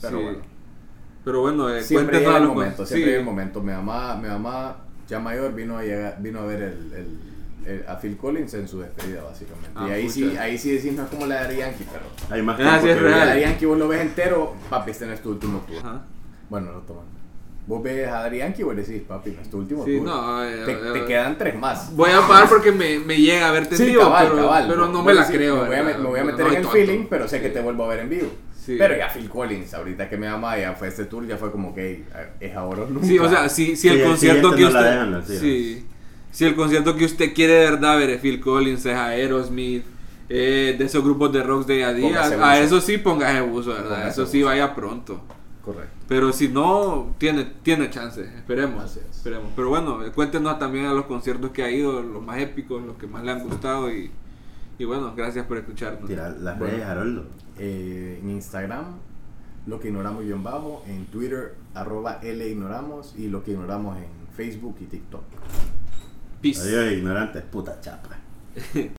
Speaker 1: Pero
Speaker 5: Sí. Eh,
Speaker 1: bueno.
Speaker 5: Pero bueno, eh,
Speaker 1: Siempre
Speaker 5: cuéntenos
Speaker 1: llega
Speaker 5: a
Speaker 1: el
Speaker 5: los
Speaker 1: momento,
Speaker 5: comen-
Speaker 1: siempre
Speaker 5: sí.
Speaker 1: llega el momento. Mi mamá, mi mamá ya mayor vino a, llegar- vino a ver el, el- el- a Phil Collins en su despedida, básicamente.
Speaker 5: Ah,
Speaker 1: y ahí
Speaker 5: pucha.
Speaker 1: sí, ahí sí decís, no es como la de Yankee, pero...
Speaker 3: Hay más
Speaker 5: Ah, sí, es
Speaker 3: tiempo que
Speaker 5: real.
Speaker 1: La de Yankee vos lo ves entero, papi, este no es tu último tour.
Speaker 5: Ajá.
Speaker 1: Bueno, no toman. Vos ves a Adrián que vos le decís, papi, no es tu último
Speaker 5: Sí,
Speaker 1: tour.
Speaker 5: no, eh,
Speaker 1: te,
Speaker 5: eh,
Speaker 1: te quedan tres más.
Speaker 5: Voy a pagar porque me, me llega a haber
Speaker 1: Sí,
Speaker 5: tendido,
Speaker 1: cabal,
Speaker 5: pero,
Speaker 1: cabal.
Speaker 5: pero no
Speaker 1: Vos
Speaker 5: me la
Speaker 1: decís,
Speaker 5: creo.
Speaker 1: Me voy a,
Speaker 5: ¿verdad?
Speaker 1: me voy a
Speaker 5: No,
Speaker 1: meter
Speaker 5: no
Speaker 1: en
Speaker 5: hay
Speaker 1: el
Speaker 5: tonto.
Speaker 1: feeling, pero sé que te vuelvo a ver en vivo.
Speaker 5: Sí.
Speaker 1: Pero ya Phil Collins, ahorita que mi mamá ya fue a este tour, ya fue como que "Ey, es ahora o nunca.
Speaker 5: Sí, o sea, si, si
Speaker 3: Sí,
Speaker 5: el
Speaker 3: el
Speaker 5: concierto
Speaker 3: siguiente
Speaker 5: que
Speaker 3: no la
Speaker 5: usted.
Speaker 3: dejan, así,
Speaker 5: sí. Si el concierto que usted quiere de verdad ver es Phil Collins, es Aerosmith, eh, de esos grupos de rock de a día,
Speaker 1: Póngase
Speaker 5: a
Speaker 1: buzo.
Speaker 5: eso sí póngase buzo, ¿verdad?
Speaker 1: Póngase
Speaker 5: eso sí
Speaker 1: buzo.
Speaker 5: vaya pronto.
Speaker 1: Correcto.
Speaker 5: Pero si no, tiene, tiene chance, esperemos,
Speaker 1: Así es.
Speaker 5: esperemos. Pero bueno, eh, cuéntenos también a los conciertos que ha ido, los más épicos, los que más le han gustado y, y bueno, gracias por escucharnos.
Speaker 3: Tira las
Speaker 1: Bueno.
Speaker 3: redes, Haroldo.
Speaker 1: Eh, en Instagram, lo que ignoramos yo en bajo. En Twitter, arroba L ignoramos. Y lo que ignoramos en Facebook y TikTok.
Speaker 5: Peace.
Speaker 3: Adiós, ignorantes, puta chapa.